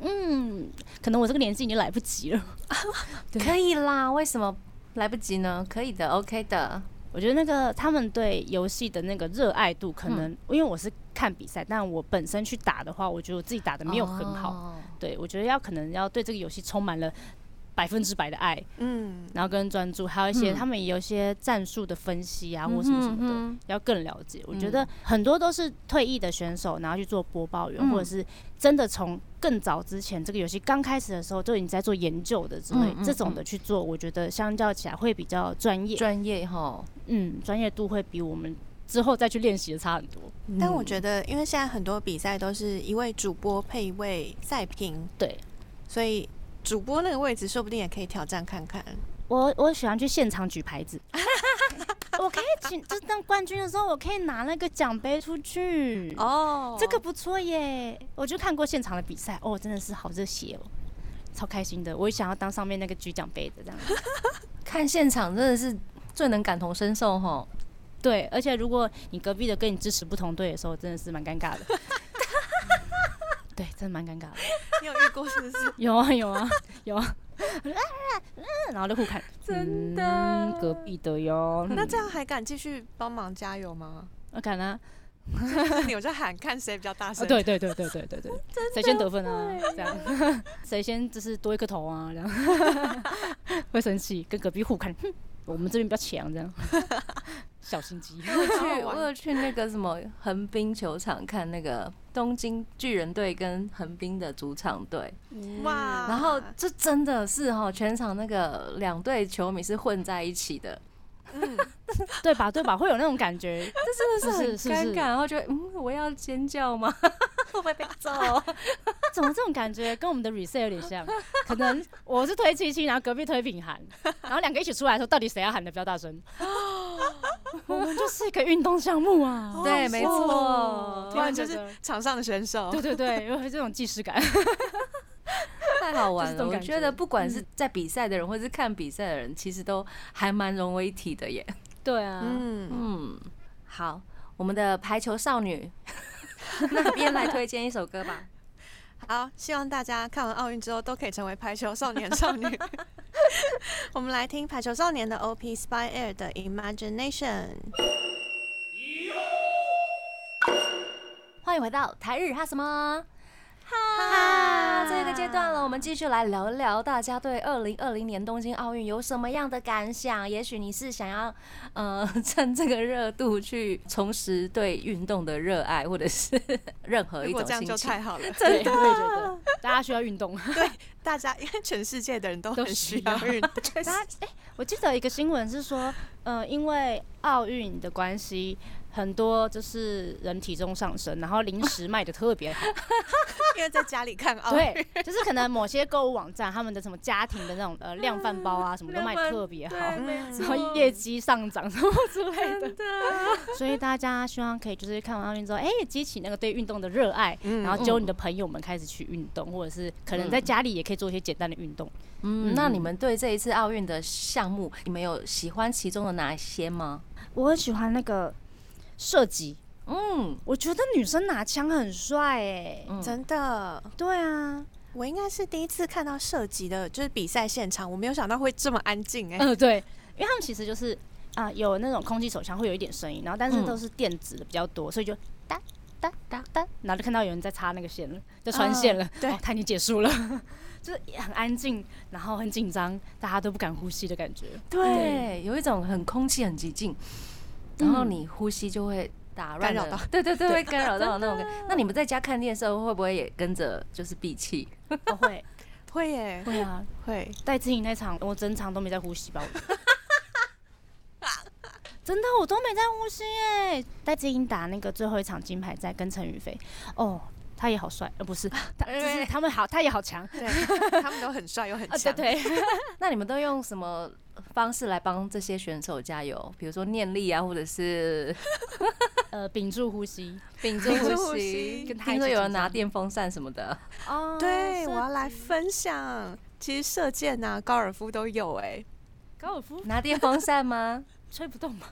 [SPEAKER 3] 嗯，可能我这个年纪已经来不及了。 <laughs>
[SPEAKER 2] 可以啦，为什么来不及呢？可以的，OK 的，
[SPEAKER 3] 我觉得那个他们对游戏的那个热爱度，可
[SPEAKER 2] 嗯
[SPEAKER 3] 能、因为我是看比赛，但我本身去打的话，我觉得我自己打的没有很好。
[SPEAKER 2] 哦。
[SPEAKER 3] 对，我觉得要可能要对这个游戏充满了百分之百的爱，
[SPEAKER 4] 嗯，
[SPEAKER 3] 然后跟专注，还有一些、
[SPEAKER 2] 嗯
[SPEAKER 3] 他们也有一些战术的分析啊，或什么什么的，
[SPEAKER 2] 嗯
[SPEAKER 3] 要更了解。我觉得很多都是退役的选手，然后去做播报员，或者是真的从更早之前这个游戏刚开始的时候就已经在做研究的之类、
[SPEAKER 2] 嗯嗯
[SPEAKER 3] 这种
[SPEAKER 2] 嗯
[SPEAKER 3] 的去做，我觉得相较起来会比较专业，
[SPEAKER 2] 专业哈，
[SPEAKER 3] 嗯，专业度会比我们之后再去练习的差很多。
[SPEAKER 4] 但我觉得，因为现在很多比赛都是一位主播配一位赛评，
[SPEAKER 3] 对
[SPEAKER 4] 所以主播那个位置说不定也可以挑战看看。
[SPEAKER 3] 我，我喜欢去现场举牌子。 <laughs> 我可以举，就是当冠军的时候，我可以拿那个奖杯出去。
[SPEAKER 4] 哦
[SPEAKER 3] 这个不错耶！我就看过现场的比赛，哦，真的是好热血哦，超开心的。我也想要当上面那个举奖杯的
[SPEAKER 4] <laughs>
[SPEAKER 3] 这样。
[SPEAKER 2] 看现场真的是最能感同身受哈。
[SPEAKER 3] 对，而且如果你隔壁的跟你支持不同队的时候，真的是蛮尴尬的。
[SPEAKER 4] <laughs>
[SPEAKER 3] 对，真的蛮尴尬的。
[SPEAKER 4] 你有遇过是不
[SPEAKER 3] <laughs>
[SPEAKER 4] 是？
[SPEAKER 3] 有啊有啊有啊， <laughs> 然后就互看，真的、
[SPEAKER 2] 嗯
[SPEAKER 3] 隔壁的哟。
[SPEAKER 4] 啊
[SPEAKER 3] 嗯
[SPEAKER 4] 那这样还敢继续帮忙加油吗？
[SPEAKER 3] 我看啊，
[SPEAKER 4] 你有在喊看谁比较大
[SPEAKER 3] 啊
[SPEAKER 4] 声？
[SPEAKER 3] 对对对对对 <laughs> 对对，谁先得分啊？这样， <laughs> 谁先就是多一颗头啊？这样 <laughs> 会生气，跟隔壁互看，哼，我们这边比较强，这样 <laughs> 小心机。 <laughs>
[SPEAKER 2] 我有去，
[SPEAKER 4] 好玩
[SPEAKER 2] 我有去那个什么横滨球场看那个东京巨人队跟横滨的主场队，
[SPEAKER 1] 啊
[SPEAKER 4] 哇！
[SPEAKER 2] 然后这真的是哈，全场那个两队球迷是混在一起的，
[SPEAKER 4] 嗯
[SPEAKER 3] 对吧？对吧？会有那种感觉，
[SPEAKER 2] 这真的
[SPEAKER 3] 是是
[SPEAKER 2] 很尴
[SPEAKER 3] 是
[SPEAKER 2] 尬，然后觉得嗯，我要尖叫吗？会不会被揍？
[SPEAKER 3] 怎么这种感觉跟我们的 reset 有点像？可能我是推七七，然后隔壁推品涵，然后两个一起出来说，到底谁要喊的比较大 <laughs> 声？我们就是一个运动项目啊！
[SPEAKER 2] 对，没错
[SPEAKER 3] 哦，
[SPEAKER 4] 突然就
[SPEAKER 3] 突然
[SPEAKER 4] 是
[SPEAKER 3] 觉得
[SPEAKER 4] 场上的选手
[SPEAKER 3] 对，对对，有这种既视感。
[SPEAKER 2] 太好玩
[SPEAKER 3] 就是
[SPEAKER 2] 了！
[SPEAKER 3] 这种
[SPEAKER 2] 我
[SPEAKER 3] 感觉
[SPEAKER 2] 觉得不管是在比赛的人，或是看比赛的人，其实都还蛮融为一体的耶。
[SPEAKER 3] <laughs> 对啊，
[SPEAKER 4] 嗯，
[SPEAKER 2] 嗯，好，我们的排球少女 <laughs> 那边来推荐一首歌吧。
[SPEAKER 4] 好，希望大家看完奥运之后都可以成为排球少年少女。 <laughs> 我们来听排球少年的 OP Spy Air 的 Imagination。
[SPEAKER 2] 欢迎回到台日哈什么。哈，这个阶段了，我们继续来聊一聊大家对二零二零年东京奥运有什么样的感想？也许你是想要，呃， <laughs> 趁这个热度去重拾对运动的热爱，或者是 <laughs> 任何
[SPEAKER 4] 如
[SPEAKER 2] 一
[SPEAKER 4] 果
[SPEAKER 2] 种
[SPEAKER 4] 这样就
[SPEAKER 2] 心情
[SPEAKER 4] 太。好了，
[SPEAKER 3] 对，我也觉得大家需要运动。
[SPEAKER 4] 大家因为全世界的人都
[SPEAKER 3] 都
[SPEAKER 4] 很需
[SPEAKER 3] 需
[SPEAKER 4] 要
[SPEAKER 3] 要
[SPEAKER 4] 运动，
[SPEAKER 3] 大家哎、我记得有一个新闻是说，呃，因为奥运的关系，很多就是人体重上升，然后零食卖的特别好。
[SPEAKER 4] 因为在家里看奥运，
[SPEAKER 3] 对，就是可能某些购物网站他们的什么家庭的那种呃量饭包啊，什么都卖得特别好，
[SPEAKER 2] 对，没
[SPEAKER 4] 嗯
[SPEAKER 3] 然
[SPEAKER 2] 错
[SPEAKER 3] 后业绩上涨什么之类的。
[SPEAKER 2] 真的，
[SPEAKER 3] 所以大家希望可以就是看完奥运之后，哎、激起那个对运动的热爱，
[SPEAKER 4] 嗯
[SPEAKER 3] 然后揪你的朋友们开始去运动，或者是可能在家里也可以做一些简单的运动。
[SPEAKER 2] 嗯，
[SPEAKER 3] 嗯
[SPEAKER 2] 那你们对这一次奥运的项目，你们有喜欢其中的哪些吗？
[SPEAKER 3] 我很喜欢那个射击，
[SPEAKER 2] 嗯，
[SPEAKER 3] 我觉得女生拿枪很帅哎、
[SPEAKER 2] 嗯
[SPEAKER 4] 真的，
[SPEAKER 3] 对啊，
[SPEAKER 4] 我应该是第一次看到射击的，就是比赛现场，我没有想到会这么安静哎、
[SPEAKER 3] 嗯、对，因为他们其实就是啊、有那种空气手枪会有一点声音，然后但是
[SPEAKER 2] 嗯
[SPEAKER 3] 都是电子的比较多，所以就哒哒哒哒，然后就看到有人在插那个线了，就穿线了，
[SPEAKER 4] 对
[SPEAKER 3] 哦，他已经结束了， <laughs> 就是很安静，然后很紧张，大家都不敢呼吸的感觉。
[SPEAKER 2] 对，有一种很空气很寂静，然后你呼吸就会打乱
[SPEAKER 4] 干扰
[SPEAKER 2] 了
[SPEAKER 4] 到，
[SPEAKER 2] 对 <laughs> 对对，会嗯干扰到那种感 <laughs> 觉。那你们在家看电视的时候会不会也跟着就是闭气？
[SPEAKER 3] 哦、会
[SPEAKER 4] 会耶、
[SPEAKER 3] <laughs> 会啊，
[SPEAKER 4] 会，
[SPEAKER 3] 戴志颖那场我整场都没在呼吸吧。我 <laughs> 觉得真的，我都没在呼吸耶。戴志颖打那个最后一场金牌赛跟陈宇飞，哦，他也好帅，呃，不是， <laughs> 他就是他们好，他也好强， <laughs>
[SPEAKER 4] 对，他们都很帅又很
[SPEAKER 3] 啊，
[SPEAKER 4] 强、
[SPEAKER 3] 对对，
[SPEAKER 2] 那你们都用什么方式来帮这些选手加油？比如说念力啊，或者 <laughs> 是
[SPEAKER 3] <laughs> 呃，屏住呼吸，
[SPEAKER 2] 屏住
[SPEAKER 4] 屏住
[SPEAKER 2] 呼
[SPEAKER 4] 呼
[SPEAKER 2] 吸
[SPEAKER 4] 吸。
[SPEAKER 3] 跟他一
[SPEAKER 2] 听
[SPEAKER 3] 起
[SPEAKER 2] 说有人拿
[SPEAKER 3] 紧张
[SPEAKER 2] 电风扇什么的，
[SPEAKER 3] 哦，
[SPEAKER 4] 对，
[SPEAKER 3] 射
[SPEAKER 4] 我要来
[SPEAKER 3] 击
[SPEAKER 4] 分享。其实射箭啊、高尔夫都有哎、
[SPEAKER 3] 高尔夫
[SPEAKER 2] 拿电风扇 <laughs> 吗？
[SPEAKER 3] 吹不动吗？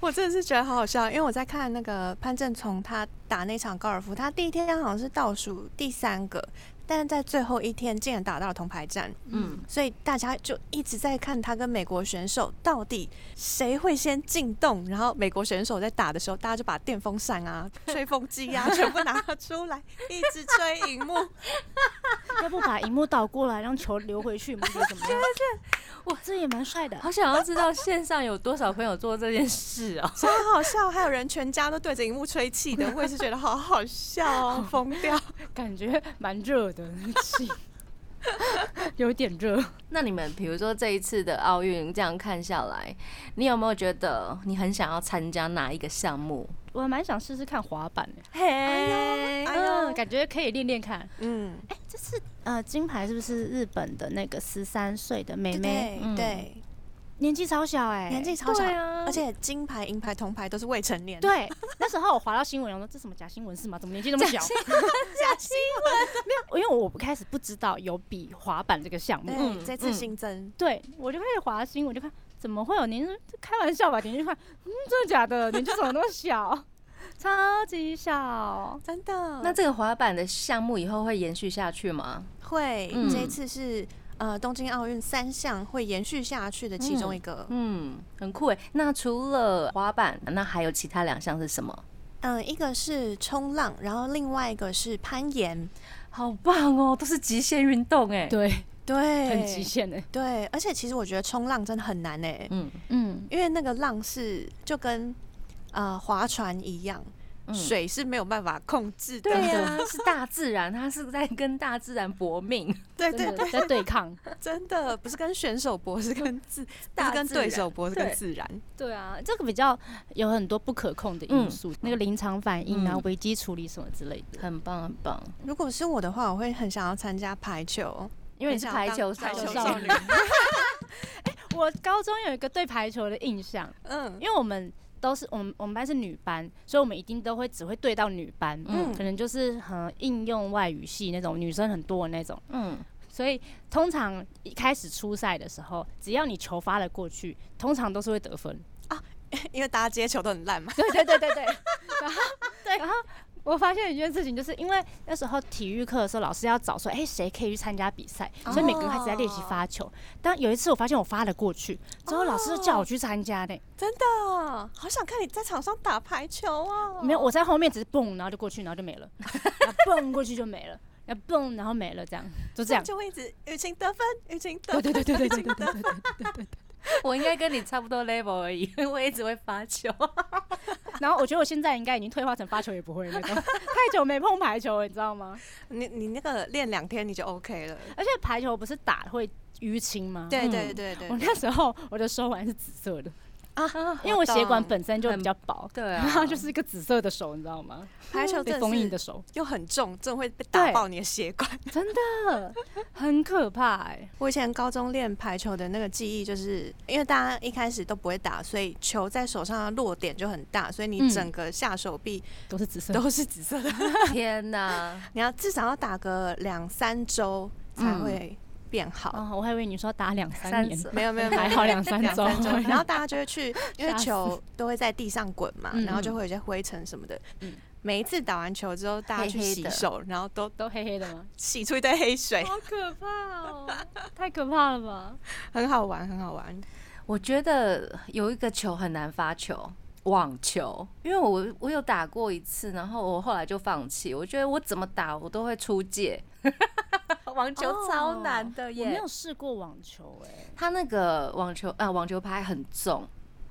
[SPEAKER 4] 我真的是觉得好好笑，因为我在看那个潘正从他打那场高尔夫，他第一天好像是倒数第三个，但是在最后一天竟然打到了铜牌战，
[SPEAKER 2] 嗯，
[SPEAKER 4] 所以大家就一直在看他跟美国选手到底谁会先进洞，然后美国选手在打的时候，大家就把电风扇 <laughs> 啊、吹风机啊全部拿出来，一直吹荧幕，
[SPEAKER 3] 要不把荧幕倒过来，让球流回去，你们觉得怎么 <laughs> 样？哇，这也蛮帅的。
[SPEAKER 2] 好想要知道线上有多少朋友做这件事哦。
[SPEAKER 4] <laughs> 超好笑。还有人全家都对着荧幕吹气的，我也是觉得好好笑 <laughs> 哦，疯掉。
[SPEAKER 3] 感觉蛮热的，那个 <laughs> 气有点热。
[SPEAKER 2] 那你们比如说这一次的奥运这样看下来，你有没有觉得你很想要参加哪一个项目？
[SPEAKER 3] 我还蛮想试试看滑板的，
[SPEAKER 2] 嘿，
[SPEAKER 4] 哎呦
[SPEAKER 3] 嗯，感觉可以练练看。
[SPEAKER 4] 嗯，
[SPEAKER 3] 哎、这次呃金牌是不是日本的那个十三岁的妹
[SPEAKER 4] 对
[SPEAKER 3] 妹？
[SPEAKER 2] 嗯
[SPEAKER 4] 对对，
[SPEAKER 3] 年纪超小哎、
[SPEAKER 4] 年纪超小
[SPEAKER 2] 对啊，
[SPEAKER 4] 而且金牌、银牌、铜牌都是未成年。，
[SPEAKER 3] 对。那时候我滑到新闻，我说这什么假新闻是吗？怎么年纪那么小？
[SPEAKER 4] <laughs> 假新
[SPEAKER 3] <laughs> 因为我开始不知道有比滑板这个项目，
[SPEAKER 4] 闻。
[SPEAKER 2] 嗯
[SPEAKER 4] 对，这次新增，
[SPEAKER 3] 对我就开始滑新闻，我就看怎么会有年纪？这开玩笑吧，点进去看，嗯，真的假的？年纪怎么那么小？ <laughs> 超级小，
[SPEAKER 4] 真的。
[SPEAKER 2] 那这个滑板的项目以后会延续下去吗？
[SPEAKER 4] 会，
[SPEAKER 2] 嗯
[SPEAKER 4] 这一次是呃东京奥运三项会延续下去的其中一个。
[SPEAKER 2] 嗯，很酷诶。那除了滑板，那还有其他两项是什么？
[SPEAKER 4] 嗯、一个是冲浪，然后另外一个是攀岩。
[SPEAKER 2] 好棒哦，都是极限运动哎。
[SPEAKER 3] 对，
[SPEAKER 4] 对，
[SPEAKER 3] 很极限哎、
[SPEAKER 4] 对，而且其实我觉得冲浪真的很难诶、
[SPEAKER 2] 嗯
[SPEAKER 3] 嗯，
[SPEAKER 4] 因为那个浪是就跟呃划船一样，
[SPEAKER 2] 嗯，
[SPEAKER 4] 水是没有办法控制的。
[SPEAKER 2] 对啊呀、是大自然，它是在跟大自然搏命。
[SPEAKER 4] 对对
[SPEAKER 3] 真的在对抗。
[SPEAKER 4] 真的不是跟选手搏，是跟
[SPEAKER 2] <laughs>
[SPEAKER 4] 自，不
[SPEAKER 2] 大
[SPEAKER 4] 是跟
[SPEAKER 2] 自然
[SPEAKER 4] 对手搏，是跟
[SPEAKER 2] 对
[SPEAKER 4] 自然。
[SPEAKER 3] <laughs> 对啊，嗯这个比较有很多不可控的因素，那个临场反应啊、
[SPEAKER 2] 嗯
[SPEAKER 3] 危机处理什么之类的。
[SPEAKER 2] 很棒，很棒，
[SPEAKER 4] 如果是我的话，我会很想要参加排球。
[SPEAKER 2] 因为你是
[SPEAKER 4] 很想
[SPEAKER 2] 排
[SPEAKER 4] 当
[SPEAKER 2] 球
[SPEAKER 4] 排
[SPEAKER 2] 少
[SPEAKER 4] 球
[SPEAKER 2] 女
[SPEAKER 4] 少女，
[SPEAKER 3] 我高中有一个对排球的印象，
[SPEAKER 4] 嗯
[SPEAKER 3] 因为我们都是我们我们班是女班，所以我们一定都会只会对到女班，
[SPEAKER 2] 嗯
[SPEAKER 3] 可能就是很应用外语系那种女生很多的那种，
[SPEAKER 2] 嗯，
[SPEAKER 3] 所以通常一开始初赛的时候，只要你球发了过去，通常都是会得分。
[SPEAKER 4] 因为大家接球都很烂嘛。
[SPEAKER 3] 对对对对对，然后对，然后我发现一件事情，就是因为那时候体育课的时候，老师要找说，哎、谁可以去参加比赛，所以每个人开始在练习发球。但有一次我发现我发了过去，之后老师就叫我去参加呢。
[SPEAKER 4] 真的好想看你在场上打排球啊！
[SPEAKER 3] 没有，我在后面只是蹦，然后就过去，然后就没了，然后蹦过去就没了，然后蹦，然后没了，这样就
[SPEAKER 4] <laughs>
[SPEAKER 3] 这样。
[SPEAKER 4] 就会一直雨晴得分，雨晴得
[SPEAKER 3] 对
[SPEAKER 4] 分，
[SPEAKER 3] 对对对对对对对对。
[SPEAKER 2] <laughs> 我应该跟你差不多 level 而已， <laughs> 我也只会发球。
[SPEAKER 3] 然后我觉得我现在应该已经退化成发球也不会那种，太久没碰排球了，你知道吗？
[SPEAKER 4] 你你那个练两天你就 OK 了。
[SPEAKER 3] 而且排球不是打会淤青吗？
[SPEAKER 4] 对对对对
[SPEAKER 3] 我
[SPEAKER 4] 对
[SPEAKER 3] 那时候我的手腕是紫色的，
[SPEAKER 4] 啊！
[SPEAKER 3] 因为我血管本身就比较薄，
[SPEAKER 2] 对啊
[SPEAKER 3] 然后就是一个紫色的手，你知道吗？
[SPEAKER 4] 排球
[SPEAKER 3] 嗯被
[SPEAKER 4] 真
[SPEAKER 3] 封印
[SPEAKER 4] 的
[SPEAKER 3] 的
[SPEAKER 4] 是
[SPEAKER 3] 手，
[SPEAKER 4] 又很重，真的会被打
[SPEAKER 3] 对
[SPEAKER 4] 爆你的血管。
[SPEAKER 3] <laughs>
[SPEAKER 4] <laughs>
[SPEAKER 3] 真的很可怕哎、
[SPEAKER 4] 我以前高中练排球的那个记忆，就是因为大家一开始都不会打，所以球在手上的落点就很大，所以你
[SPEAKER 3] 嗯
[SPEAKER 4] 整个下手臂
[SPEAKER 3] 都是紫色，
[SPEAKER 4] 都是紫色的。
[SPEAKER 2] <laughs> 天哪，
[SPEAKER 4] 你要至少要打个两三周才
[SPEAKER 3] 嗯
[SPEAKER 4] 会变好。
[SPEAKER 3] 哦，我还以为你说打两三年，
[SPEAKER 2] 色
[SPEAKER 4] 没有没有没有
[SPEAKER 3] 还好两三
[SPEAKER 4] 两
[SPEAKER 3] 周
[SPEAKER 4] 三周，然后大家就
[SPEAKER 3] <laughs>
[SPEAKER 4] 会去，因为
[SPEAKER 3] 吓死
[SPEAKER 4] 球都会在地上滚嘛，
[SPEAKER 3] 嗯
[SPEAKER 4] 然后就会有一些灰尘什么的
[SPEAKER 3] 嗯。
[SPEAKER 4] 每一次打完球之后，大家去
[SPEAKER 2] 黑黑
[SPEAKER 4] 洗
[SPEAKER 2] 的
[SPEAKER 4] 手，然后都
[SPEAKER 3] <laughs> 都黑黑的吗？
[SPEAKER 4] 洗出一堆黑水，
[SPEAKER 3] 好可怕哦，太可怕了吧？
[SPEAKER 4] 很好玩，很好玩。
[SPEAKER 2] 我觉得有一个球很难发球，网球，因为我我有打过一次，然后我后来就放弃。我觉得我怎么打我都会出界， <laughs> 哦网球超难的
[SPEAKER 3] 我没
[SPEAKER 2] 耶
[SPEAKER 3] 有。试过网球哎、
[SPEAKER 2] 它那个网球啊，网球拍很重，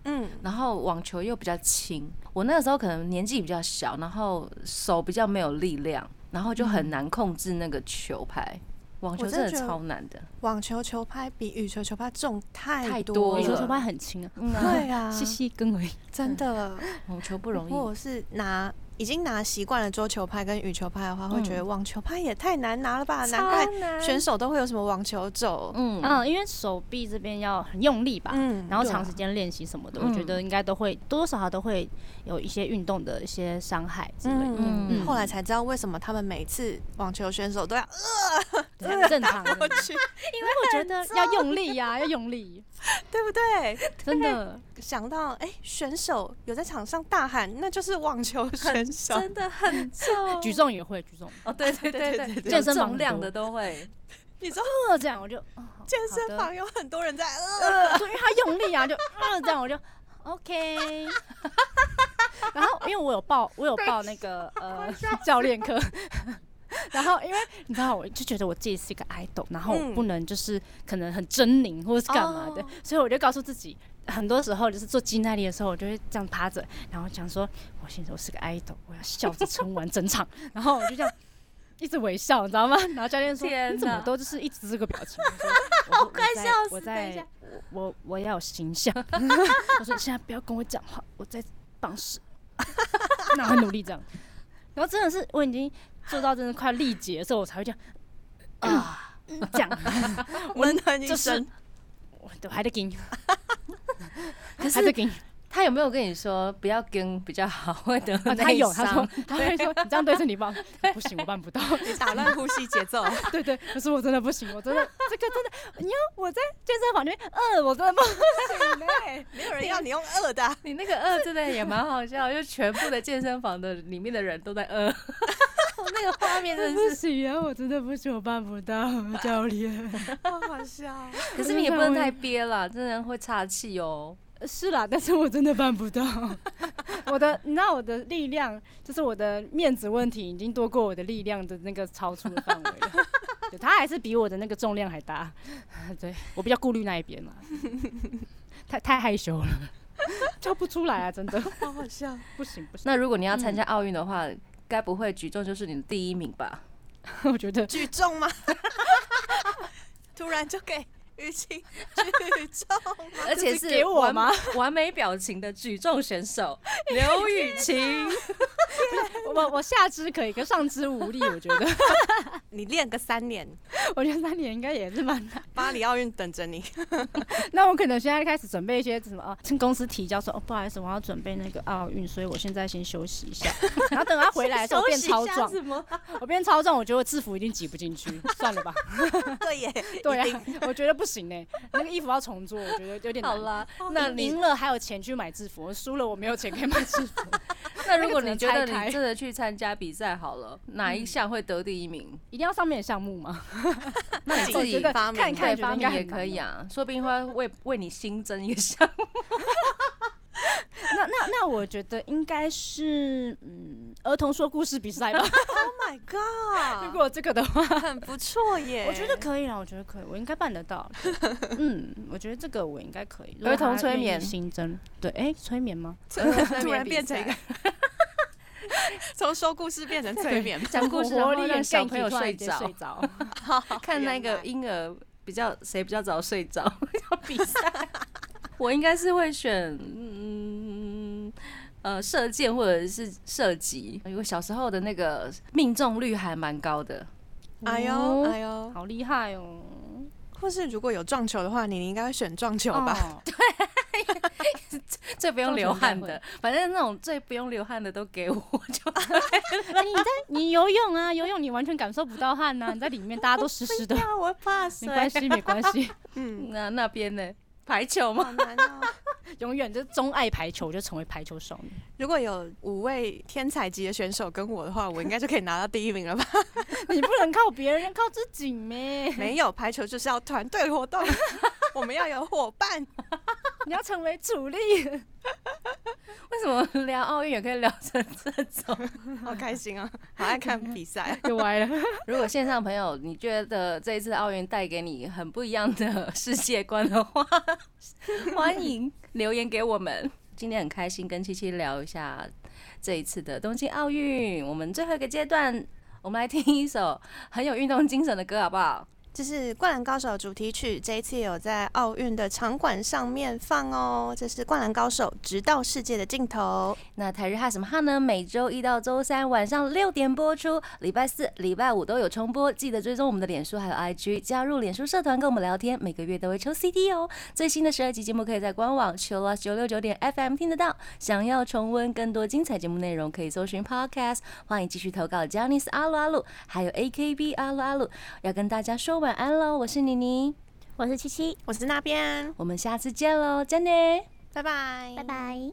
[SPEAKER 4] 嗯，
[SPEAKER 2] 然后网球又比较轻。我那个时候可能年纪比较小，然后手比较没有力量，然后就很难控制那个球拍。网球
[SPEAKER 4] 我真
[SPEAKER 2] 嗯真
[SPEAKER 4] 的
[SPEAKER 2] 的
[SPEAKER 4] 觉得
[SPEAKER 2] 超难的，
[SPEAKER 4] 网球球拍比羽球球拍重太
[SPEAKER 2] 太
[SPEAKER 4] 多
[SPEAKER 2] 多
[SPEAKER 3] 我
[SPEAKER 2] 了
[SPEAKER 3] 球
[SPEAKER 4] 了，
[SPEAKER 3] 球拍很轻啊，
[SPEAKER 4] 对啊，
[SPEAKER 3] 细细跟而已。
[SPEAKER 4] 真的
[SPEAKER 3] 嗯
[SPEAKER 2] 网球不
[SPEAKER 4] 不
[SPEAKER 2] 容易。
[SPEAKER 4] 我是拿已经拿习惯了桌球拍跟羽球拍的
[SPEAKER 3] 嗯
[SPEAKER 4] 话，会觉得网球拍也太难拿了
[SPEAKER 2] 啊
[SPEAKER 4] 吧？难怪选手都会有什么网球肘。
[SPEAKER 2] 嗯
[SPEAKER 3] 嗯，因为手臂这边要很用力吧，
[SPEAKER 4] 嗯
[SPEAKER 3] 然后
[SPEAKER 2] 对啊
[SPEAKER 3] 长时间练习什么的，
[SPEAKER 2] 嗯
[SPEAKER 3] 我觉得应该都会多多少少都会有一些运动的一些伤害之类的，
[SPEAKER 4] 嗯嗯，
[SPEAKER 3] 嗯
[SPEAKER 4] 后来才知道为什么他们每次网球选手都要呃
[SPEAKER 3] 对很正 <laughs> 常的。因为
[SPEAKER 4] 去，
[SPEAKER 3] 我觉得要用力呀、要用力，
[SPEAKER 4] <laughs> 对不对？
[SPEAKER 3] 真的。
[SPEAKER 4] 想到哎、选手有在场上大喊，那就是网球选 <laughs> 手，
[SPEAKER 2] 真的很重，
[SPEAKER 3] <laughs> 举重也会，举重
[SPEAKER 2] <laughs> 哦，对对对对，
[SPEAKER 3] 健身房
[SPEAKER 2] 重
[SPEAKER 3] 很
[SPEAKER 2] 量
[SPEAKER 3] 多
[SPEAKER 2] 的都会，
[SPEAKER 3] 呃这样我就、哦好
[SPEAKER 4] 健身
[SPEAKER 3] 好
[SPEAKER 4] 房有很多人在呃，
[SPEAKER 3] 的对，因为他用力啊，就呃这样我就 OK。然后因为我有报，我有报那个呃教练课。 <laughs> 然后，因为你知道，我就觉得我自己是一个 idol，然后我
[SPEAKER 4] 嗯
[SPEAKER 3] 不能就是可能很狰狞或是干嘛的，
[SPEAKER 4] 哦
[SPEAKER 3] 所以我就告诉自己，很多时候就是做肌耐力的时候，我就会这样趴着，然后想说，我现在我是个 idol，我要笑着撑完整场， <laughs> 然后我就这样一直微笑，你知道吗？ <laughs> 然后教练说，
[SPEAKER 2] 天
[SPEAKER 3] 你怎么
[SPEAKER 2] 哪
[SPEAKER 3] 都就是一直这个表情，我说我
[SPEAKER 2] 快
[SPEAKER 3] 在
[SPEAKER 2] 笑
[SPEAKER 3] 我
[SPEAKER 2] 死等一
[SPEAKER 3] 在
[SPEAKER 2] 下
[SPEAKER 3] 我我要有形
[SPEAKER 2] <laughs>
[SPEAKER 3] 象。我说你现在不要跟我讲话，我在棒式， <laughs> 那我很努力这样。然后真的是我已经做到真的快力竭的时候，我才会这样
[SPEAKER 2] 啊，
[SPEAKER 3] 嗯
[SPEAKER 2] <laughs>
[SPEAKER 3] 这样，
[SPEAKER 4] 闷哼一
[SPEAKER 3] 就是
[SPEAKER 4] 声，
[SPEAKER 3] 我都还在给你，
[SPEAKER 2] <laughs> 可
[SPEAKER 3] 还在
[SPEAKER 2] 是
[SPEAKER 3] 给你。
[SPEAKER 2] <coughs> 他有没有跟你说不要跟比较好，会得
[SPEAKER 3] 啊他
[SPEAKER 2] 内
[SPEAKER 3] 有，他说
[SPEAKER 2] 伤
[SPEAKER 3] 他会说你这样对着你棒，不行，我
[SPEAKER 2] <laughs>
[SPEAKER 3] 办不到。
[SPEAKER 4] 你打乱呼吸节奏。
[SPEAKER 3] 对对，可是我真的不行，我真的这个真的，你看我在健身房里面，呃，我真的不行
[SPEAKER 2] 欸
[SPEAKER 3] 哎。
[SPEAKER 4] 没有人要你用饿的啊、
[SPEAKER 2] 你那个饿真的也蛮好笑，就全部的健身房的里面的人都在 <laughs> 饿，那个画面真
[SPEAKER 3] 不
[SPEAKER 2] 的是。
[SPEAKER 3] 行啊！我真的不行，我办不到，教练。
[SPEAKER 4] <laughs> 好好笑哦。
[SPEAKER 2] 可是你也不能太憋了，真的会岔气哦。
[SPEAKER 3] <laughs> 是啦，但是我真的办不到。 <laughs> 我的，你知道我的力量，就是我的面子问题，已经多过我的力量的那个超出的范围了。 <laughs> 对，他还是比我的那个重量还大。 <laughs> 对我比较顾虑那一边嘛， <laughs> 太太害羞了，叫不出来啊，真的
[SPEAKER 4] 好好笑，
[SPEAKER 3] 不行不行。
[SPEAKER 2] 那如果你要参加奥运的话，该不会举重就是你的第一名吧？
[SPEAKER 3] 那我觉得
[SPEAKER 4] 举重吗？ <laughs> 突然就给雨晴举重吗？
[SPEAKER 2] 而且
[SPEAKER 3] 这
[SPEAKER 2] 是
[SPEAKER 3] 是给我
[SPEAKER 2] 完
[SPEAKER 3] 吗？
[SPEAKER 2] 完美表情的举重选手刘雨晴，
[SPEAKER 3] 我我下肢可以，可上肢无力。我觉得，
[SPEAKER 4] <laughs>
[SPEAKER 3] <laughs>
[SPEAKER 4] 你练个三年，
[SPEAKER 3] 我觉得三年应该也是蛮难。
[SPEAKER 4] 巴黎奥运等着你。
[SPEAKER 3] <laughs> 那我可能现在开始准备一些什么啊，趁公司提交说哦，不好意思，我要准备那个奥运，所以我现在先休息一下，然后等他回来的时候
[SPEAKER 2] <laughs>
[SPEAKER 3] 变超壮，我变超壮，我觉得制服一定挤不进去，算 <laughs> 了吧。
[SPEAKER 4] <laughs> 对耶，
[SPEAKER 3] 对
[SPEAKER 4] 一
[SPEAKER 3] 啊
[SPEAKER 4] 定，
[SPEAKER 3] 我觉得不行呢、那个衣服要重做，我觉得有点难。
[SPEAKER 2] 好啦，那
[SPEAKER 3] 赢
[SPEAKER 2] 你
[SPEAKER 3] 赢了还有钱去买制服，我输了我没有钱可以买制服。 <laughs>
[SPEAKER 2] 那如果你
[SPEAKER 3] 那个只
[SPEAKER 2] 觉
[SPEAKER 3] 能
[SPEAKER 2] 得
[SPEAKER 3] 拆开嗯
[SPEAKER 2] 你真的去参加比赛好了，哪一项会得第一名？
[SPEAKER 3] 一定要上面的项目吗？
[SPEAKER 2] 那你
[SPEAKER 4] 自
[SPEAKER 2] 自
[SPEAKER 4] 己
[SPEAKER 2] 己
[SPEAKER 4] 发明
[SPEAKER 3] 看
[SPEAKER 4] 的
[SPEAKER 3] 看
[SPEAKER 2] 对发
[SPEAKER 3] 应
[SPEAKER 2] 明
[SPEAKER 3] 该很
[SPEAKER 2] 也
[SPEAKER 3] 难
[SPEAKER 2] 可以啊，说不定会为为你新增一个项目。
[SPEAKER 3] <laughs> 那那那我觉得应该是嗯，儿童说故事比 <laughs> 赛吧。
[SPEAKER 4] Oh my god！
[SPEAKER 3] 如果有这个的话，
[SPEAKER 4] 很不错耶，
[SPEAKER 3] 我觉
[SPEAKER 4] <laughs>
[SPEAKER 3] 得可以啊啦，我觉得可以，我应该办得到。 <laughs> 嗯，我觉得这个我应该可以。如果
[SPEAKER 2] 儿童
[SPEAKER 3] 他
[SPEAKER 2] 催
[SPEAKER 3] 愿意
[SPEAKER 2] 眠
[SPEAKER 3] 新增，对，哎、催眠吗？
[SPEAKER 4] 突然变成一个， <laughs> 从说故事变成催眠。
[SPEAKER 2] 讲故事，然
[SPEAKER 3] 活
[SPEAKER 2] 后
[SPEAKER 3] 力
[SPEAKER 2] 让
[SPEAKER 3] 很
[SPEAKER 2] 小
[SPEAKER 3] 干
[SPEAKER 2] 朋
[SPEAKER 3] 起
[SPEAKER 2] 友
[SPEAKER 3] 突然
[SPEAKER 2] 睡
[SPEAKER 3] 间
[SPEAKER 2] 着
[SPEAKER 3] 睡，着。 <laughs>
[SPEAKER 2] 看那个婴儿比较谁比较早睡着 <laughs> 要比赛。 <laughs> 我应该是会选嗯呃射箭或者是射击，因为小时候的那个命中率还蛮高的。
[SPEAKER 4] 哎呦哎呦，
[SPEAKER 3] 好厉害
[SPEAKER 4] <laughs>
[SPEAKER 3] 哦！
[SPEAKER 4] 或是如果有撞球的话，你应该会选撞球吧？ <laughs>
[SPEAKER 3] 哦，
[SPEAKER 2] 最不用流汗
[SPEAKER 3] 造成
[SPEAKER 2] 的，反正那种最不用流汗的都给我 <laughs> 就。
[SPEAKER 3] 哎你在 <laughs> 你游泳啊，游泳你完全感受不到汗呐、啊你在里面大家都湿湿 <laughs> 的，
[SPEAKER 2] 啊我怕
[SPEAKER 3] 没关系没关系，
[SPEAKER 4] 嗯，
[SPEAKER 2] 那那边呢？排球吗？
[SPEAKER 4] 好难哦。
[SPEAKER 3] <laughs> 永远就是钟爱排球，就成为排球少女。
[SPEAKER 4] <laughs> 如果有五位天才级的选手跟我的话，我应该就可以拿到第一名 <laughs> 了吧？
[SPEAKER 3] <laughs> 你不能靠别人，要靠自己咩？ <laughs>
[SPEAKER 4] 没有，排球就是要团队活动， <laughs> 我们要有伙伴。
[SPEAKER 3] 你要成为主力。
[SPEAKER 2] <laughs> 为什么聊奥运也可以聊成这种？
[SPEAKER 4] 好开心啊！好爱看比赛，
[SPEAKER 3] 又歪了，
[SPEAKER 2] <laughs> 如果线上朋友你觉得这一次奥运带给你很不一样的世界观的 <laughs> 话，欢迎留言给我们。今天很开心跟七七聊一下这一次的东京奥运。我们最后一个阶段，我们来听一首很有运动精神的歌，好不好？
[SPEAKER 4] 这是《灌篮高手》主题曲，这一次有在奥运的场馆上面放哦。这是《灌篮高手》直到世界的尽头。
[SPEAKER 2] 那台日哈什么哈呢？每周一到周三晚上六点播出，礼拜四、礼拜五都有重播。记得追踪我们的脸书还有 IG，加入脸书社团跟我们聊天，每个月都会抽 CD 哦。最新的十二集节目可以在官网 c h i l l o s 九六九点 FM 听得到。想要重温更多精彩节目内容，可以搜寻 Podcast。欢迎继续投稿 j a n i c e 阿鲁阿鲁，还有 AKB 阿鲁阿鲁。要跟大家说晚安喽，我是妮妮，
[SPEAKER 3] 我是七七。
[SPEAKER 4] 我是那边，
[SPEAKER 2] 我们下次见喽，真的。
[SPEAKER 4] 拜拜，
[SPEAKER 1] 拜。拜。